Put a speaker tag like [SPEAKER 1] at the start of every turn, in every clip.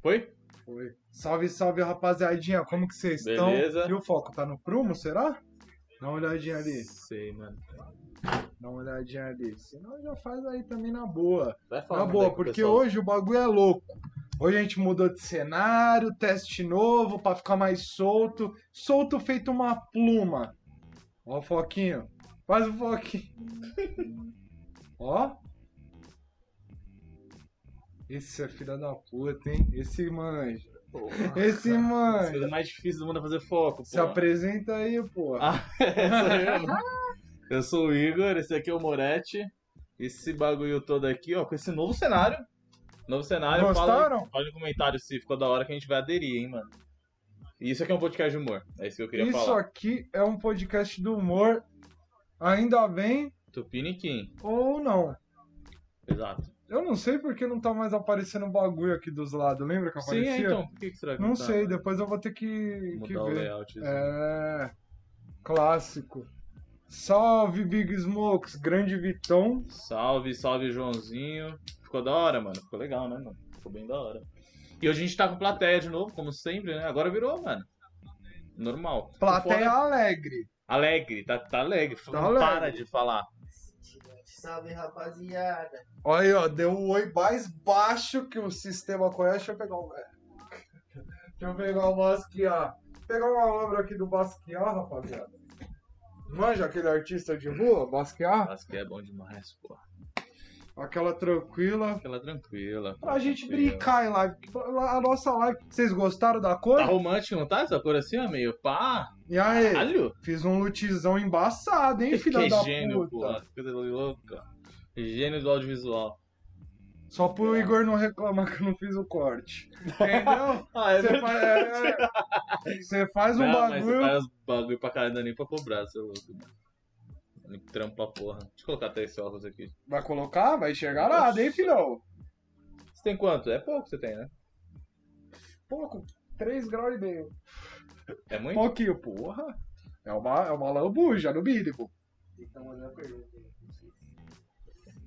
[SPEAKER 1] Foi?
[SPEAKER 2] Foi. Salve, salve, rapaziadinha. Como que vocês estão?
[SPEAKER 1] Beleza.
[SPEAKER 2] E o foco tá no prumo, será? Dá uma olhadinha ali.
[SPEAKER 1] Sei, mano.
[SPEAKER 2] Dá uma olhadinha ali. Senão já faz aí também na boa.
[SPEAKER 1] Vai
[SPEAKER 2] Na
[SPEAKER 1] falando aí
[SPEAKER 2] boa,
[SPEAKER 1] pro
[SPEAKER 2] porque
[SPEAKER 1] pessoal.
[SPEAKER 2] hoje o bagulho é louco. Hoje a gente mudou de cenário, teste novo pra ficar mais solto. Solto feito uma pluma. Ó o foquinho. Faz o foquinho. Ó. Esse é filha da puta, hein? Esse manja.
[SPEAKER 1] Porra,
[SPEAKER 2] Esse
[SPEAKER 1] cara.
[SPEAKER 2] manja.
[SPEAKER 1] As coisas mais difíceis do mundo é fazer foco.
[SPEAKER 2] Se
[SPEAKER 1] porra.
[SPEAKER 2] apresenta aí, pô.
[SPEAKER 1] Ah, sou eu. eu sou o Igor, esse aqui é o Moretti. Esse bagulho todo aqui, ó, com esse novo cenário. Novo cenário,
[SPEAKER 2] Gostaram?
[SPEAKER 1] Fala, fala no comentário se ficou da hora que a gente vai aderir, hein, mano. E isso aqui é um podcast de humor. É isso que eu queria
[SPEAKER 2] Isso
[SPEAKER 1] falar.
[SPEAKER 2] aqui é um podcast do humor. Ainda bem
[SPEAKER 1] Tupiniquim,
[SPEAKER 2] ou não.
[SPEAKER 1] exato.
[SPEAKER 2] Eu não sei porque não tá mais aparecendo bagulho aqui dos lados. Lembra que
[SPEAKER 1] Sim,
[SPEAKER 2] aparecia?
[SPEAKER 1] é, então. Por que que será que
[SPEAKER 2] Não
[SPEAKER 1] tá?
[SPEAKER 2] sei, depois eu vou ter que, que
[SPEAKER 1] Mudar o
[SPEAKER 2] ver.
[SPEAKER 1] layout.
[SPEAKER 2] É. Clássico. Salve, Big Smokes, grande Vitão.
[SPEAKER 1] Salve, salve, Joãozinho. Ficou da hora, mano. Ficou legal, né, mano? Ficou bem da hora. E hoje a gente tá com plateia de novo, como sempre, né? Agora virou, mano. Normal.
[SPEAKER 2] Plateia
[SPEAKER 1] Fora-
[SPEAKER 2] alegre.
[SPEAKER 1] Alegre, tá, tá alegre.
[SPEAKER 2] Tá
[SPEAKER 1] não para
[SPEAKER 2] alegre.
[SPEAKER 1] de falar.
[SPEAKER 3] Salve rapaziada!
[SPEAKER 2] Olha aí, ó, deu um oi mais baixo que o sistema conhece. Deixa eu pegar o. Deixa eu pegar o Basquiat. Pegar uma obra aqui do Basquiat, rapaziada. Manja aquele artista de rua, Basquiat?
[SPEAKER 1] Acho que é bom demais, pô.
[SPEAKER 2] Aquela tranquila.
[SPEAKER 1] Aquela tranquila.
[SPEAKER 2] Pra gente
[SPEAKER 1] tranquila.
[SPEAKER 2] brincar em live. A nossa live. Vocês gostaram da cor?
[SPEAKER 1] Tá romântico, não tá? Essa cor assim, ó, meio pá.
[SPEAKER 2] E aí?
[SPEAKER 1] Alho.
[SPEAKER 2] Fiz um lutzão embaçado, hein, filha
[SPEAKER 1] que
[SPEAKER 2] da
[SPEAKER 1] gênio,
[SPEAKER 2] puta.
[SPEAKER 1] pô. Coisa louca. Gênio do audiovisual.
[SPEAKER 2] Só pro Igor não reclamar que eu não fiz o corte. Entendeu?
[SPEAKER 1] Ah,
[SPEAKER 2] Você faz, é, é. Você faz um
[SPEAKER 1] não, mas você
[SPEAKER 2] bagulho.
[SPEAKER 1] faz bagulho pra caralho, não dá nem pra cobrar, seu louco, mano. Nem Trampa porra. Deixa eu colocar até esse óculos aqui.
[SPEAKER 2] Vai colocar? Vai enxergar nada, hein, filhão?
[SPEAKER 1] Você tem quanto? É pouco que você tem, né?
[SPEAKER 2] Pouco. 3 graus e meio.
[SPEAKER 1] É muito?
[SPEAKER 2] Pouquinho, porra. É uma, é uma lambuja, no mínimo.
[SPEAKER 3] Vocês estão tá mandando pergunta.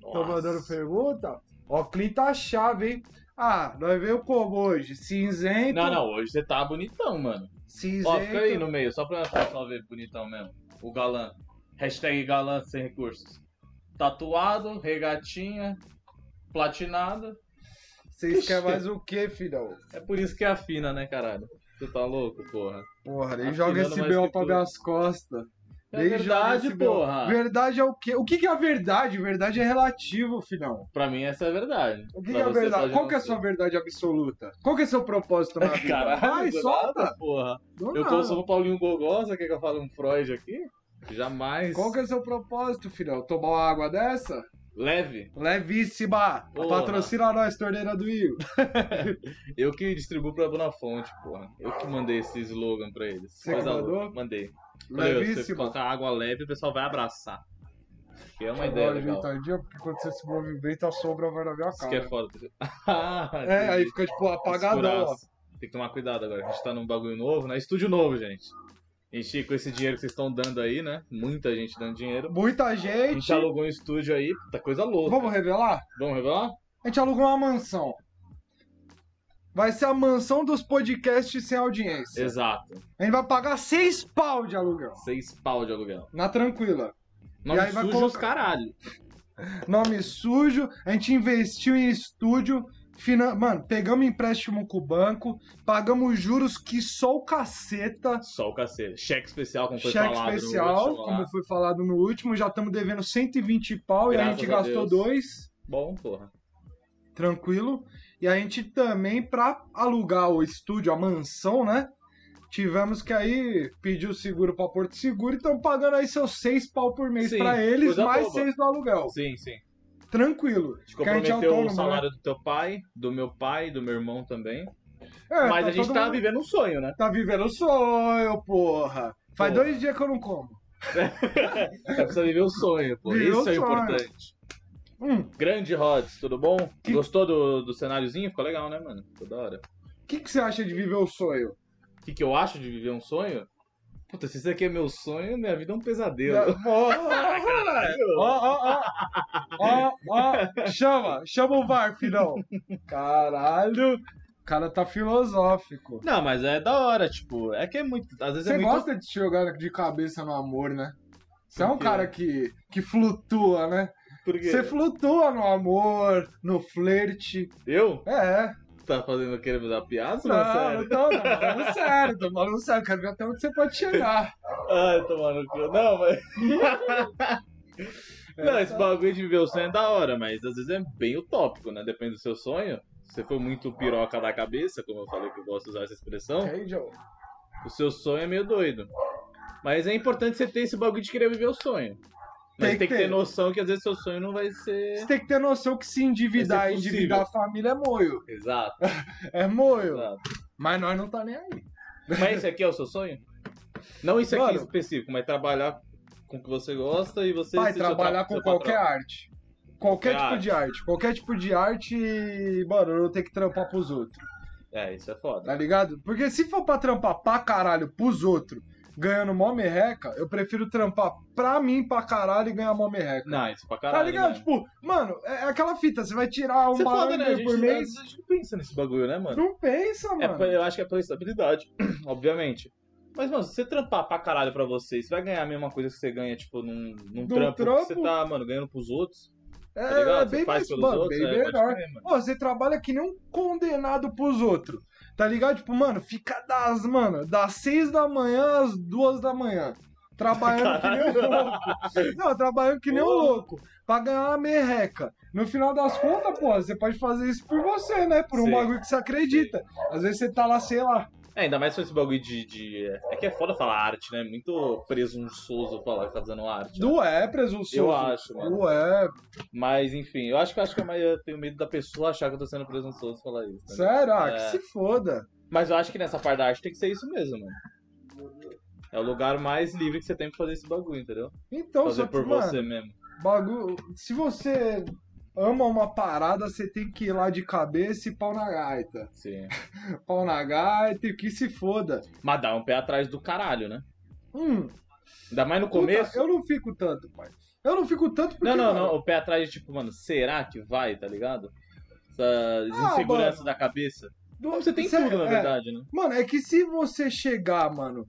[SPEAKER 2] Tô mandando pergunta. Ó, Clint tá chave, hein? Ah, nós veio como hoje? Cinzento.
[SPEAKER 1] Não, não, hoje você tá bonitão, mano.
[SPEAKER 2] Cinzento.
[SPEAKER 1] Ó, fica aí no meio, só pra pessoal ver bonitão mesmo. O galã. Hashtag galã sem recursos. Tatuado, regatinha, platinado.
[SPEAKER 2] Vocês querem mais o que, filhão?
[SPEAKER 1] É por isso que é afina, né, caralho? Tu tá louco, porra?
[SPEAKER 2] Porra, nem
[SPEAKER 1] Afinando
[SPEAKER 2] joga esse
[SPEAKER 1] Tá mais
[SPEAKER 2] B.O.
[SPEAKER 1] que
[SPEAKER 2] pra
[SPEAKER 1] tudo.
[SPEAKER 2] minhas costas.
[SPEAKER 1] É
[SPEAKER 2] Nem joga
[SPEAKER 1] verdade,
[SPEAKER 2] esse B.O..
[SPEAKER 1] porra.
[SPEAKER 2] Verdade é o quê? O que que é a verdade? Verdade é relativo, filhão.
[SPEAKER 1] Pra mim essa é a verdade.
[SPEAKER 2] O que, que
[SPEAKER 1] Pra
[SPEAKER 2] é a
[SPEAKER 1] você tá
[SPEAKER 2] verdade?
[SPEAKER 1] pode
[SPEAKER 2] Qual
[SPEAKER 1] não
[SPEAKER 2] que é a
[SPEAKER 1] ser.
[SPEAKER 2] sua verdade absoluta? Qual que é o seu propósito na vida?
[SPEAKER 1] Caralho,
[SPEAKER 2] Vai,
[SPEAKER 1] do
[SPEAKER 2] solta.
[SPEAKER 1] nada, porra.
[SPEAKER 2] Do
[SPEAKER 1] Eu
[SPEAKER 2] nada.
[SPEAKER 1] como sou o Paulinho Gogosa, quer que eu fale um Freud aqui? Jamais.
[SPEAKER 2] Qual que é o seu propósito, filhão? Tomar uma água dessa?
[SPEAKER 1] Leve.
[SPEAKER 2] Levíssima!
[SPEAKER 1] Porra.
[SPEAKER 2] Patrocina nós, torneira do Rio.
[SPEAKER 1] Eu que distribuo pra Bonafonte, porra. Eu que mandei esse slogan pra eles.
[SPEAKER 2] Você que
[SPEAKER 1] Coisa
[SPEAKER 2] mandou?
[SPEAKER 1] louca. Mandei. Falei, ó, se você
[SPEAKER 2] Levíssima.
[SPEAKER 1] colocar água leve, o pessoal vai abraçar. Que é uma
[SPEAKER 2] Agora,
[SPEAKER 1] ideia legal.
[SPEAKER 2] ajeitadinha, porque quando você se movimenta, a sombra vai na minha
[SPEAKER 1] Isso que é
[SPEAKER 2] cara.
[SPEAKER 1] foda. Ah, né?
[SPEAKER 2] É, aí fica tipo apagadão, ó.
[SPEAKER 1] Tem que tomar cuidado agora. A gente tá num bagulho novo, né? Estúdio novo, gente. A gente, com esse dinheiro que vocês estão dando aí, né? Muita gente dando dinheiro.
[SPEAKER 2] Muita
[SPEAKER 1] A
[SPEAKER 2] gente.
[SPEAKER 1] gente alugou um estúdio aí, puta coisa louca.
[SPEAKER 2] Vamos revelar?
[SPEAKER 1] Vamos revelar?
[SPEAKER 2] A gente alugou uma mansão. Vai ser a mansão dos podcasts sem audiência.
[SPEAKER 1] Exato.
[SPEAKER 2] A gente vai pagar seis pau de aluguel.
[SPEAKER 1] Seis pau de aluguel.
[SPEAKER 2] Na tranquila.
[SPEAKER 1] Nome
[SPEAKER 2] aí vai
[SPEAKER 1] sujo os
[SPEAKER 2] colocar-
[SPEAKER 1] caralho.
[SPEAKER 2] Nome sujo, a gente investiu em estúdio. Finan... Mano, pegamos empréstimo com o banco, pagamos juros que só o caceta.
[SPEAKER 1] Só o cacete. Cheque especial, como foi
[SPEAKER 2] cheque
[SPEAKER 1] falado. no
[SPEAKER 2] especial,
[SPEAKER 1] último lá.
[SPEAKER 2] como foi falado no último, já estamos devendo 120 pau e a
[SPEAKER 1] Graças
[SPEAKER 2] gente
[SPEAKER 1] a
[SPEAKER 2] gastou
[SPEAKER 1] Deus.
[SPEAKER 2] dois.
[SPEAKER 1] Bom, porra.
[SPEAKER 2] tranquilo. E a gente também, para alugar o estúdio, a mansão, né? Tivemos que aí pedir o seguro para Porto Seguro e estão pagando aí seus seis pau por mês
[SPEAKER 1] Sim,
[SPEAKER 2] para eles,
[SPEAKER 1] coisa
[SPEAKER 2] mais
[SPEAKER 1] boba.
[SPEAKER 2] seis do aluguel.
[SPEAKER 1] Sim, sim.
[SPEAKER 2] Tranquilo.
[SPEAKER 1] A gente
[SPEAKER 2] que a gente é
[SPEAKER 1] comprometeu o
[SPEAKER 2] autônomo,
[SPEAKER 1] salário do teu pai, do meu pai, do meu irmão também.
[SPEAKER 2] É,
[SPEAKER 1] Mas a gente
[SPEAKER 2] todo
[SPEAKER 1] tá
[SPEAKER 2] mundo-
[SPEAKER 1] vivendo um sonho, né?
[SPEAKER 2] tá vivendo o sonho, porra. Faz
[SPEAKER 1] Porra.
[SPEAKER 2] dois dias que eu não como.
[SPEAKER 1] É precisa viver o sonho, pô.
[SPEAKER 2] Viver o
[SPEAKER 1] Isso é
[SPEAKER 2] sonho.
[SPEAKER 1] importante.
[SPEAKER 2] Hum,
[SPEAKER 1] Grande Rods, tudo bom?
[SPEAKER 2] Que-
[SPEAKER 1] Gostou do, do cenáriozinho? Ficou legal, né, mano? Ficou da hora.
[SPEAKER 2] o que, que você acha de viver o sonho?
[SPEAKER 1] O que, que eu acho de viver um sonho? Puta, se isso aqui é meu sonho, minha vida é um pesadelo.
[SPEAKER 2] Ó, é, ó, ó, ó, ó, ó, chama, chama o VAR, filhão. Caralho, cara tá filosófico.
[SPEAKER 1] Não, mas é da hora, tipo, é que é muito. Às vezes
[SPEAKER 2] Você
[SPEAKER 1] é muito.
[SPEAKER 2] gosta de jogar de cabeça no amor, né? Você é
[SPEAKER 1] Por
[SPEAKER 2] um
[SPEAKER 1] quê?
[SPEAKER 2] cara que, que flutua, né?
[SPEAKER 1] Porque
[SPEAKER 2] Você flutua no amor, no flerte.
[SPEAKER 1] eu
[SPEAKER 2] É.
[SPEAKER 1] tá fazendo querer me dar piada, não,
[SPEAKER 2] Não,
[SPEAKER 1] sério.
[SPEAKER 2] não tô, não. Tô falando sério, tô falando sério. Quero ver até onde você pode chegar.
[SPEAKER 1] Ai, tomando cu. Não, mas. Não, esse
[SPEAKER 2] Essa-
[SPEAKER 1] bagulho de viver o sonho é da hora, mas às vezes é bem utópico, né? Depende do seu sonho. Se você for muito piroca da cabeça, como eu falei que eu gosto de usar essa expressão,
[SPEAKER 2] Angel.
[SPEAKER 1] o seu sonho é meio doido. Mas é importante você ter esse bagulho de querer viver o sonho. Mas
[SPEAKER 2] Tem
[SPEAKER 1] tem,
[SPEAKER 2] que
[SPEAKER 1] que ter
[SPEAKER 2] ter.
[SPEAKER 1] noção que às vezes seu sonho não vai ser.
[SPEAKER 2] Você tem que ter noção que se endividar
[SPEAKER 1] Vai
[SPEAKER 2] e
[SPEAKER 1] ser possível.
[SPEAKER 2] endividar a família é moio.
[SPEAKER 1] Exato,
[SPEAKER 2] É moio.
[SPEAKER 1] exato.
[SPEAKER 2] Mas nós não tá nem aí.
[SPEAKER 1] Mas esse aqui é o seu sonho? Não isso aqui
[SPEAKER 2] Mano.
[SPEAKER 1] em específico, mas trabalhar com o que você gosta e você.
[SPEAKER 2] Vai
[SPEAKER 1] ser seu
[SPEAKER 2] trabalhar
[SPEAKER 1] tra-
[SPEAKER 2] com
[SPEAKER 1] seu
[SPEAKER 2] qualquer
[SPEAKER 1] patrão.
[SPEAKER 2] arte. Qualquer
[SPEAKER 1] Qualquer
[SPEAKER 2] tipo
[SPEAKER 1] arte.
[SPEAKER 2] de arte. Qualquer tipo de arte, e, mano, eu não tenho que trampar pros outros,
[SPEAKER 1] É, isso é foda.
[SPEAKER 2] tá ligado? Porque se for pra trampar pra caralho pros outros, ganhando mó merreca, eu prefiro trampar pra mim pra caralho e ganhar mó merreca.
[SPEAKER 1] Não, isso pra caralho.
[SPEAKER 2] Tá ligado?
[SPEAKER 1] né?
[SPEAKER 2] Tipo, mano, é aquela fita, você vai tirar um
[SPEAKER 1] Você é
[SPEAKER 2] barulho
[SPEAKER 1] foda, né? A gente,
[SPEAKER 2] por mês.
[SPEAKER 1] a gente não pensa nesse bagulho, né, mano?
[SPEAKER 2] Não pensa,
[SPEAKER 1] É,
[SPEAKER 2] mano.
[SPEAKER 1] pra- eu acho que é pela estabilidade, obviamente. Mas, mano, se você trampar pra caralho pra você, você vai ganhar a mesma coisa que você ganha, tipo, num, num
[SPEAKER 2] Num
[SPEAKER 1] trampo,
[SPEAKER 2] trampo?
[SPEAKER 1] que você tá, mano, ganhando pros outros,
[SPEAKER 2] É,
[SPEAKER 1] tá ligado?
[SPEAKER 2] é bem
[SPEAKER 1] você faz
[SPEAKER 2] mais,
[SPEAKER 1] pelos
[SPEAKER 2] mano,
[SPEAKER 1] outros,
[SPEAKER 2] bem
[SPEAKER 1] é, pode
[SPEAKER 2] melhor.
[SPEAKER 1] crer, mano.
[SPEAKER 2] Pô, você trabalha que nem um condenado pros outros. Tá ligado? Tipo, mano, fica das, mano, das seis da manhã às duas da manhã. Trabalhando que nem um louco. Não, trabalhando que nem um
[SPEAKER 1] Porra.
[SPEAKER 2] louco. Pra ganhar uma merreca. No final das contas, pô, você pode fazer isso por você, né? Por um
[SPEAKER 1] Sim.
[SPEAKER 2] bagulho que você acredita. Às vezes você tá lá, sei lá.
[SPEAKER 1] É, ainda mais com esse bagulho de, de- É que é foda falar arte, né? É Muito presunçoso falar que tá fazendo arte. né?
[SPEAKER 2] Ué, presunçoso.
[SPEAKER 1] Eu acho, mano.
[SPEAKER 2] Ué,
[SPEAKER 1] Mas, enfim, eu acho que acho que a maioria- eu tenho medo da pessoa achar que eu tô sendo presunçoso falar isso. né?
[SPEAKER 2] sério? Ah, que
[SPEAKER 1] É.
[SPEAKER 2] se foda.
[SPEAKER 1] Mas eu acho que nessa parte da arte tem que ser isso mesmo, mano. É o lugar mais livre que você tem pra fazer esse bagulho, entendeu?
[SPEAKER 2] Então,
[SPEAKER 1] fazer
[SPEAKER 2] só que,
[SPEAKER 1] por
[SPEAKER 2] mano,
[SPEAKER 1] você mesmo.
[SPEAKER 2] Bagulho. Se você ama uma parada, você tem que ir lá de cabeça e pau na gaita.
[SPEAKER 1] Sim.
[SPEAKER 2] Pau na gaita e que se foda.
[SPEAKER 1] Mas dá um pé atrás do caralho, né?
[SPEAKER 2] Hum,
[SPEAKER 1] Ainda mais no começo.
[SPEAKER 2] puta, eu não fico tanto, pai. Eu não fico tanto porque.
[SPEAKER 1] Não, não,
[SPEAKER 2] mano,
[SPEAKER 1] não. O pé atrás de tipo, mano, será que vai, tá ligado? Essa
[SPEAKER 2] Ah,
[SPEAKER 1] insegurança da cabeça.
[SPEAKER 2] do-
[SPEAKER 1] Você tem
[SPEAKER 2] cê-
[SPEAKER 1] tudo, na
[SPEAKER 2] é.
[SPEAKER 1] verdade, né?
[SPEAKER 2] Mano, é que se você chegar, mano,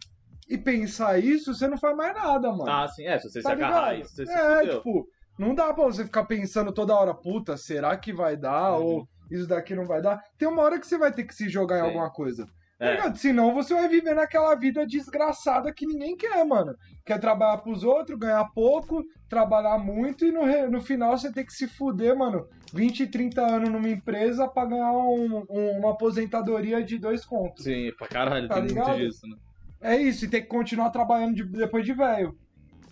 [SPEAKER 2] e pensar isso, você não faz mais nada, mano.
[SPEAKER 1] Ah, sim. É, se você
[SPEAKER 2] Tá
[SPEAKER 1] se agarrar
[SPEAKER 2] ligado?
[SPEAKER 1] isso, você se
[SPEAKER 2] é,
[SPEAKER 1] fudeu.
[SPEAKER 2] tipo, não dá pra você ficar pensando toda hora, puta, será que vai dar?
[SPEAKER 1] Uhum.
[SPEAKER 2] Ou isso daqui não vai dar. Tem uma hora que você vai ter que se jogar em
[SPEAKER 1] Sim.
[SPEAKER 2] alguma coisa. Tá
[SPEAKER 1] É.
[SPEAKER 2] ligado? Senão você vai viver naquela vida desgraçada que ninguém quer, mano. Quer trabalhar pros outros, ganhar pouco, trabalhar muito e no, re- no final você tem que se fuder, mano. 20, 30 anos numa empresa pra ganhar um- um- uma aposentadoria de dois contos.
[SPEAKER 1] Sim, pra caralho,
[SPEAKER 2] Tá
[SPEAKER 1] tem
[SPEAKER 2] ligado?
[SPEAKER 1] muito disso, né?
[SPEAKER 2] É isso, e ter que continuar trabalhando de- depois de velho.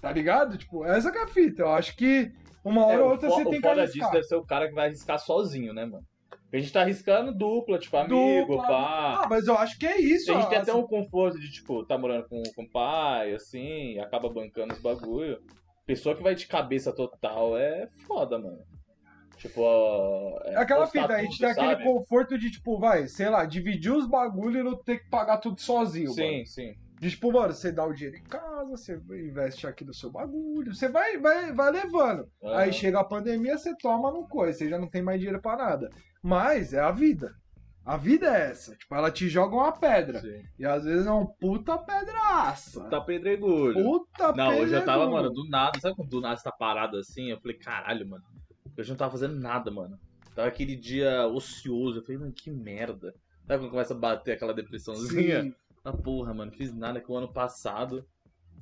[SPEAKER 2] Tá ligado? Tipo, essa que é a fita. Eu acho que uma hora
[SPEAKER 1] É,
[SPEAKER 2] ou
[SPEAKER 1] o
[SPEAKER 2] outra
[SPEAKER 1] fo-
[SPEAKER 2] você
[SPEAKER 1] o
[SPEAKER 2] tem que
[SPEAKER 1] foda
[SPEAKER 2] arriscar.
[SPEAKER 1] disso é- deve ser o cara que vai arriscar sozinho, né, mano? Porque a gente tá arriscando dupla, tipo, amigo,
[SPEAKER 2] Dupla.
[SPEAKER 1] pá.
[SPEAKER 2] Ah, mas eu acho que é isso.
[SPEAKER 1] a gente tem
[SPEAKER 2] assim.
[SPEAKER 1] até um conforto de, tipo, tá morando com, com o pai, assim, e acaba bancando os bagulho. Pessoa que vai de cabeça total é foda, mano. Tipo, ó,
[SPEAKER 2] É aquela
[SPEAKER 1] postar
[SPEAKER 2] fita, a gente
[SPEAKER 1] tudo,
[SPEAKER 2] tem aquele
[SPEAKER 1] sabe?
[SPEAKER 2] conforto de, tipo, vai, sei lá, dividir os bagulhos e não ter que pagar tudo sozinho, mano.
[SPEAKER 1] Sim, sim.
[SPEAKER 2] De, tipo, mano, você dá o dinheiro em casa, você investe aqui no seu bagulho, você vai, vai, vai levando.
[SPEAKER 1] Aham.
[SPEAKER 2] Aí chega a pandemia, você toma no coisa, você já não tem mais dinheiro pra nada. Mas é a vida. A vida é essa. Tipo, ela te joga uma pedra.
[SPEAKER 1] Sim.
[SPEAKER 2] E às vezes é um puta pedraça.
[SPEAKER 1] Tá pedregulho.
[SPEAKER 2] Puta
[SPEAKER 1] Não, hoje eu tava,
[SPEAKER 2] pedregulho.
[SPEAKER 1] mano, do nada. Sabe quando do nada você tá parado assim? Eu falei, caralho, mano. Hoje eu não tava fazendo nada, mano. Tava aquele dia ocioso. Eu falei, mano, que merda. Sabe quando começa a bater aquela depressãozinha?
[SPEAKER 2] Sim.
[SPEAKER 1] Ah, porra, mano, fiz nada com o ano passado.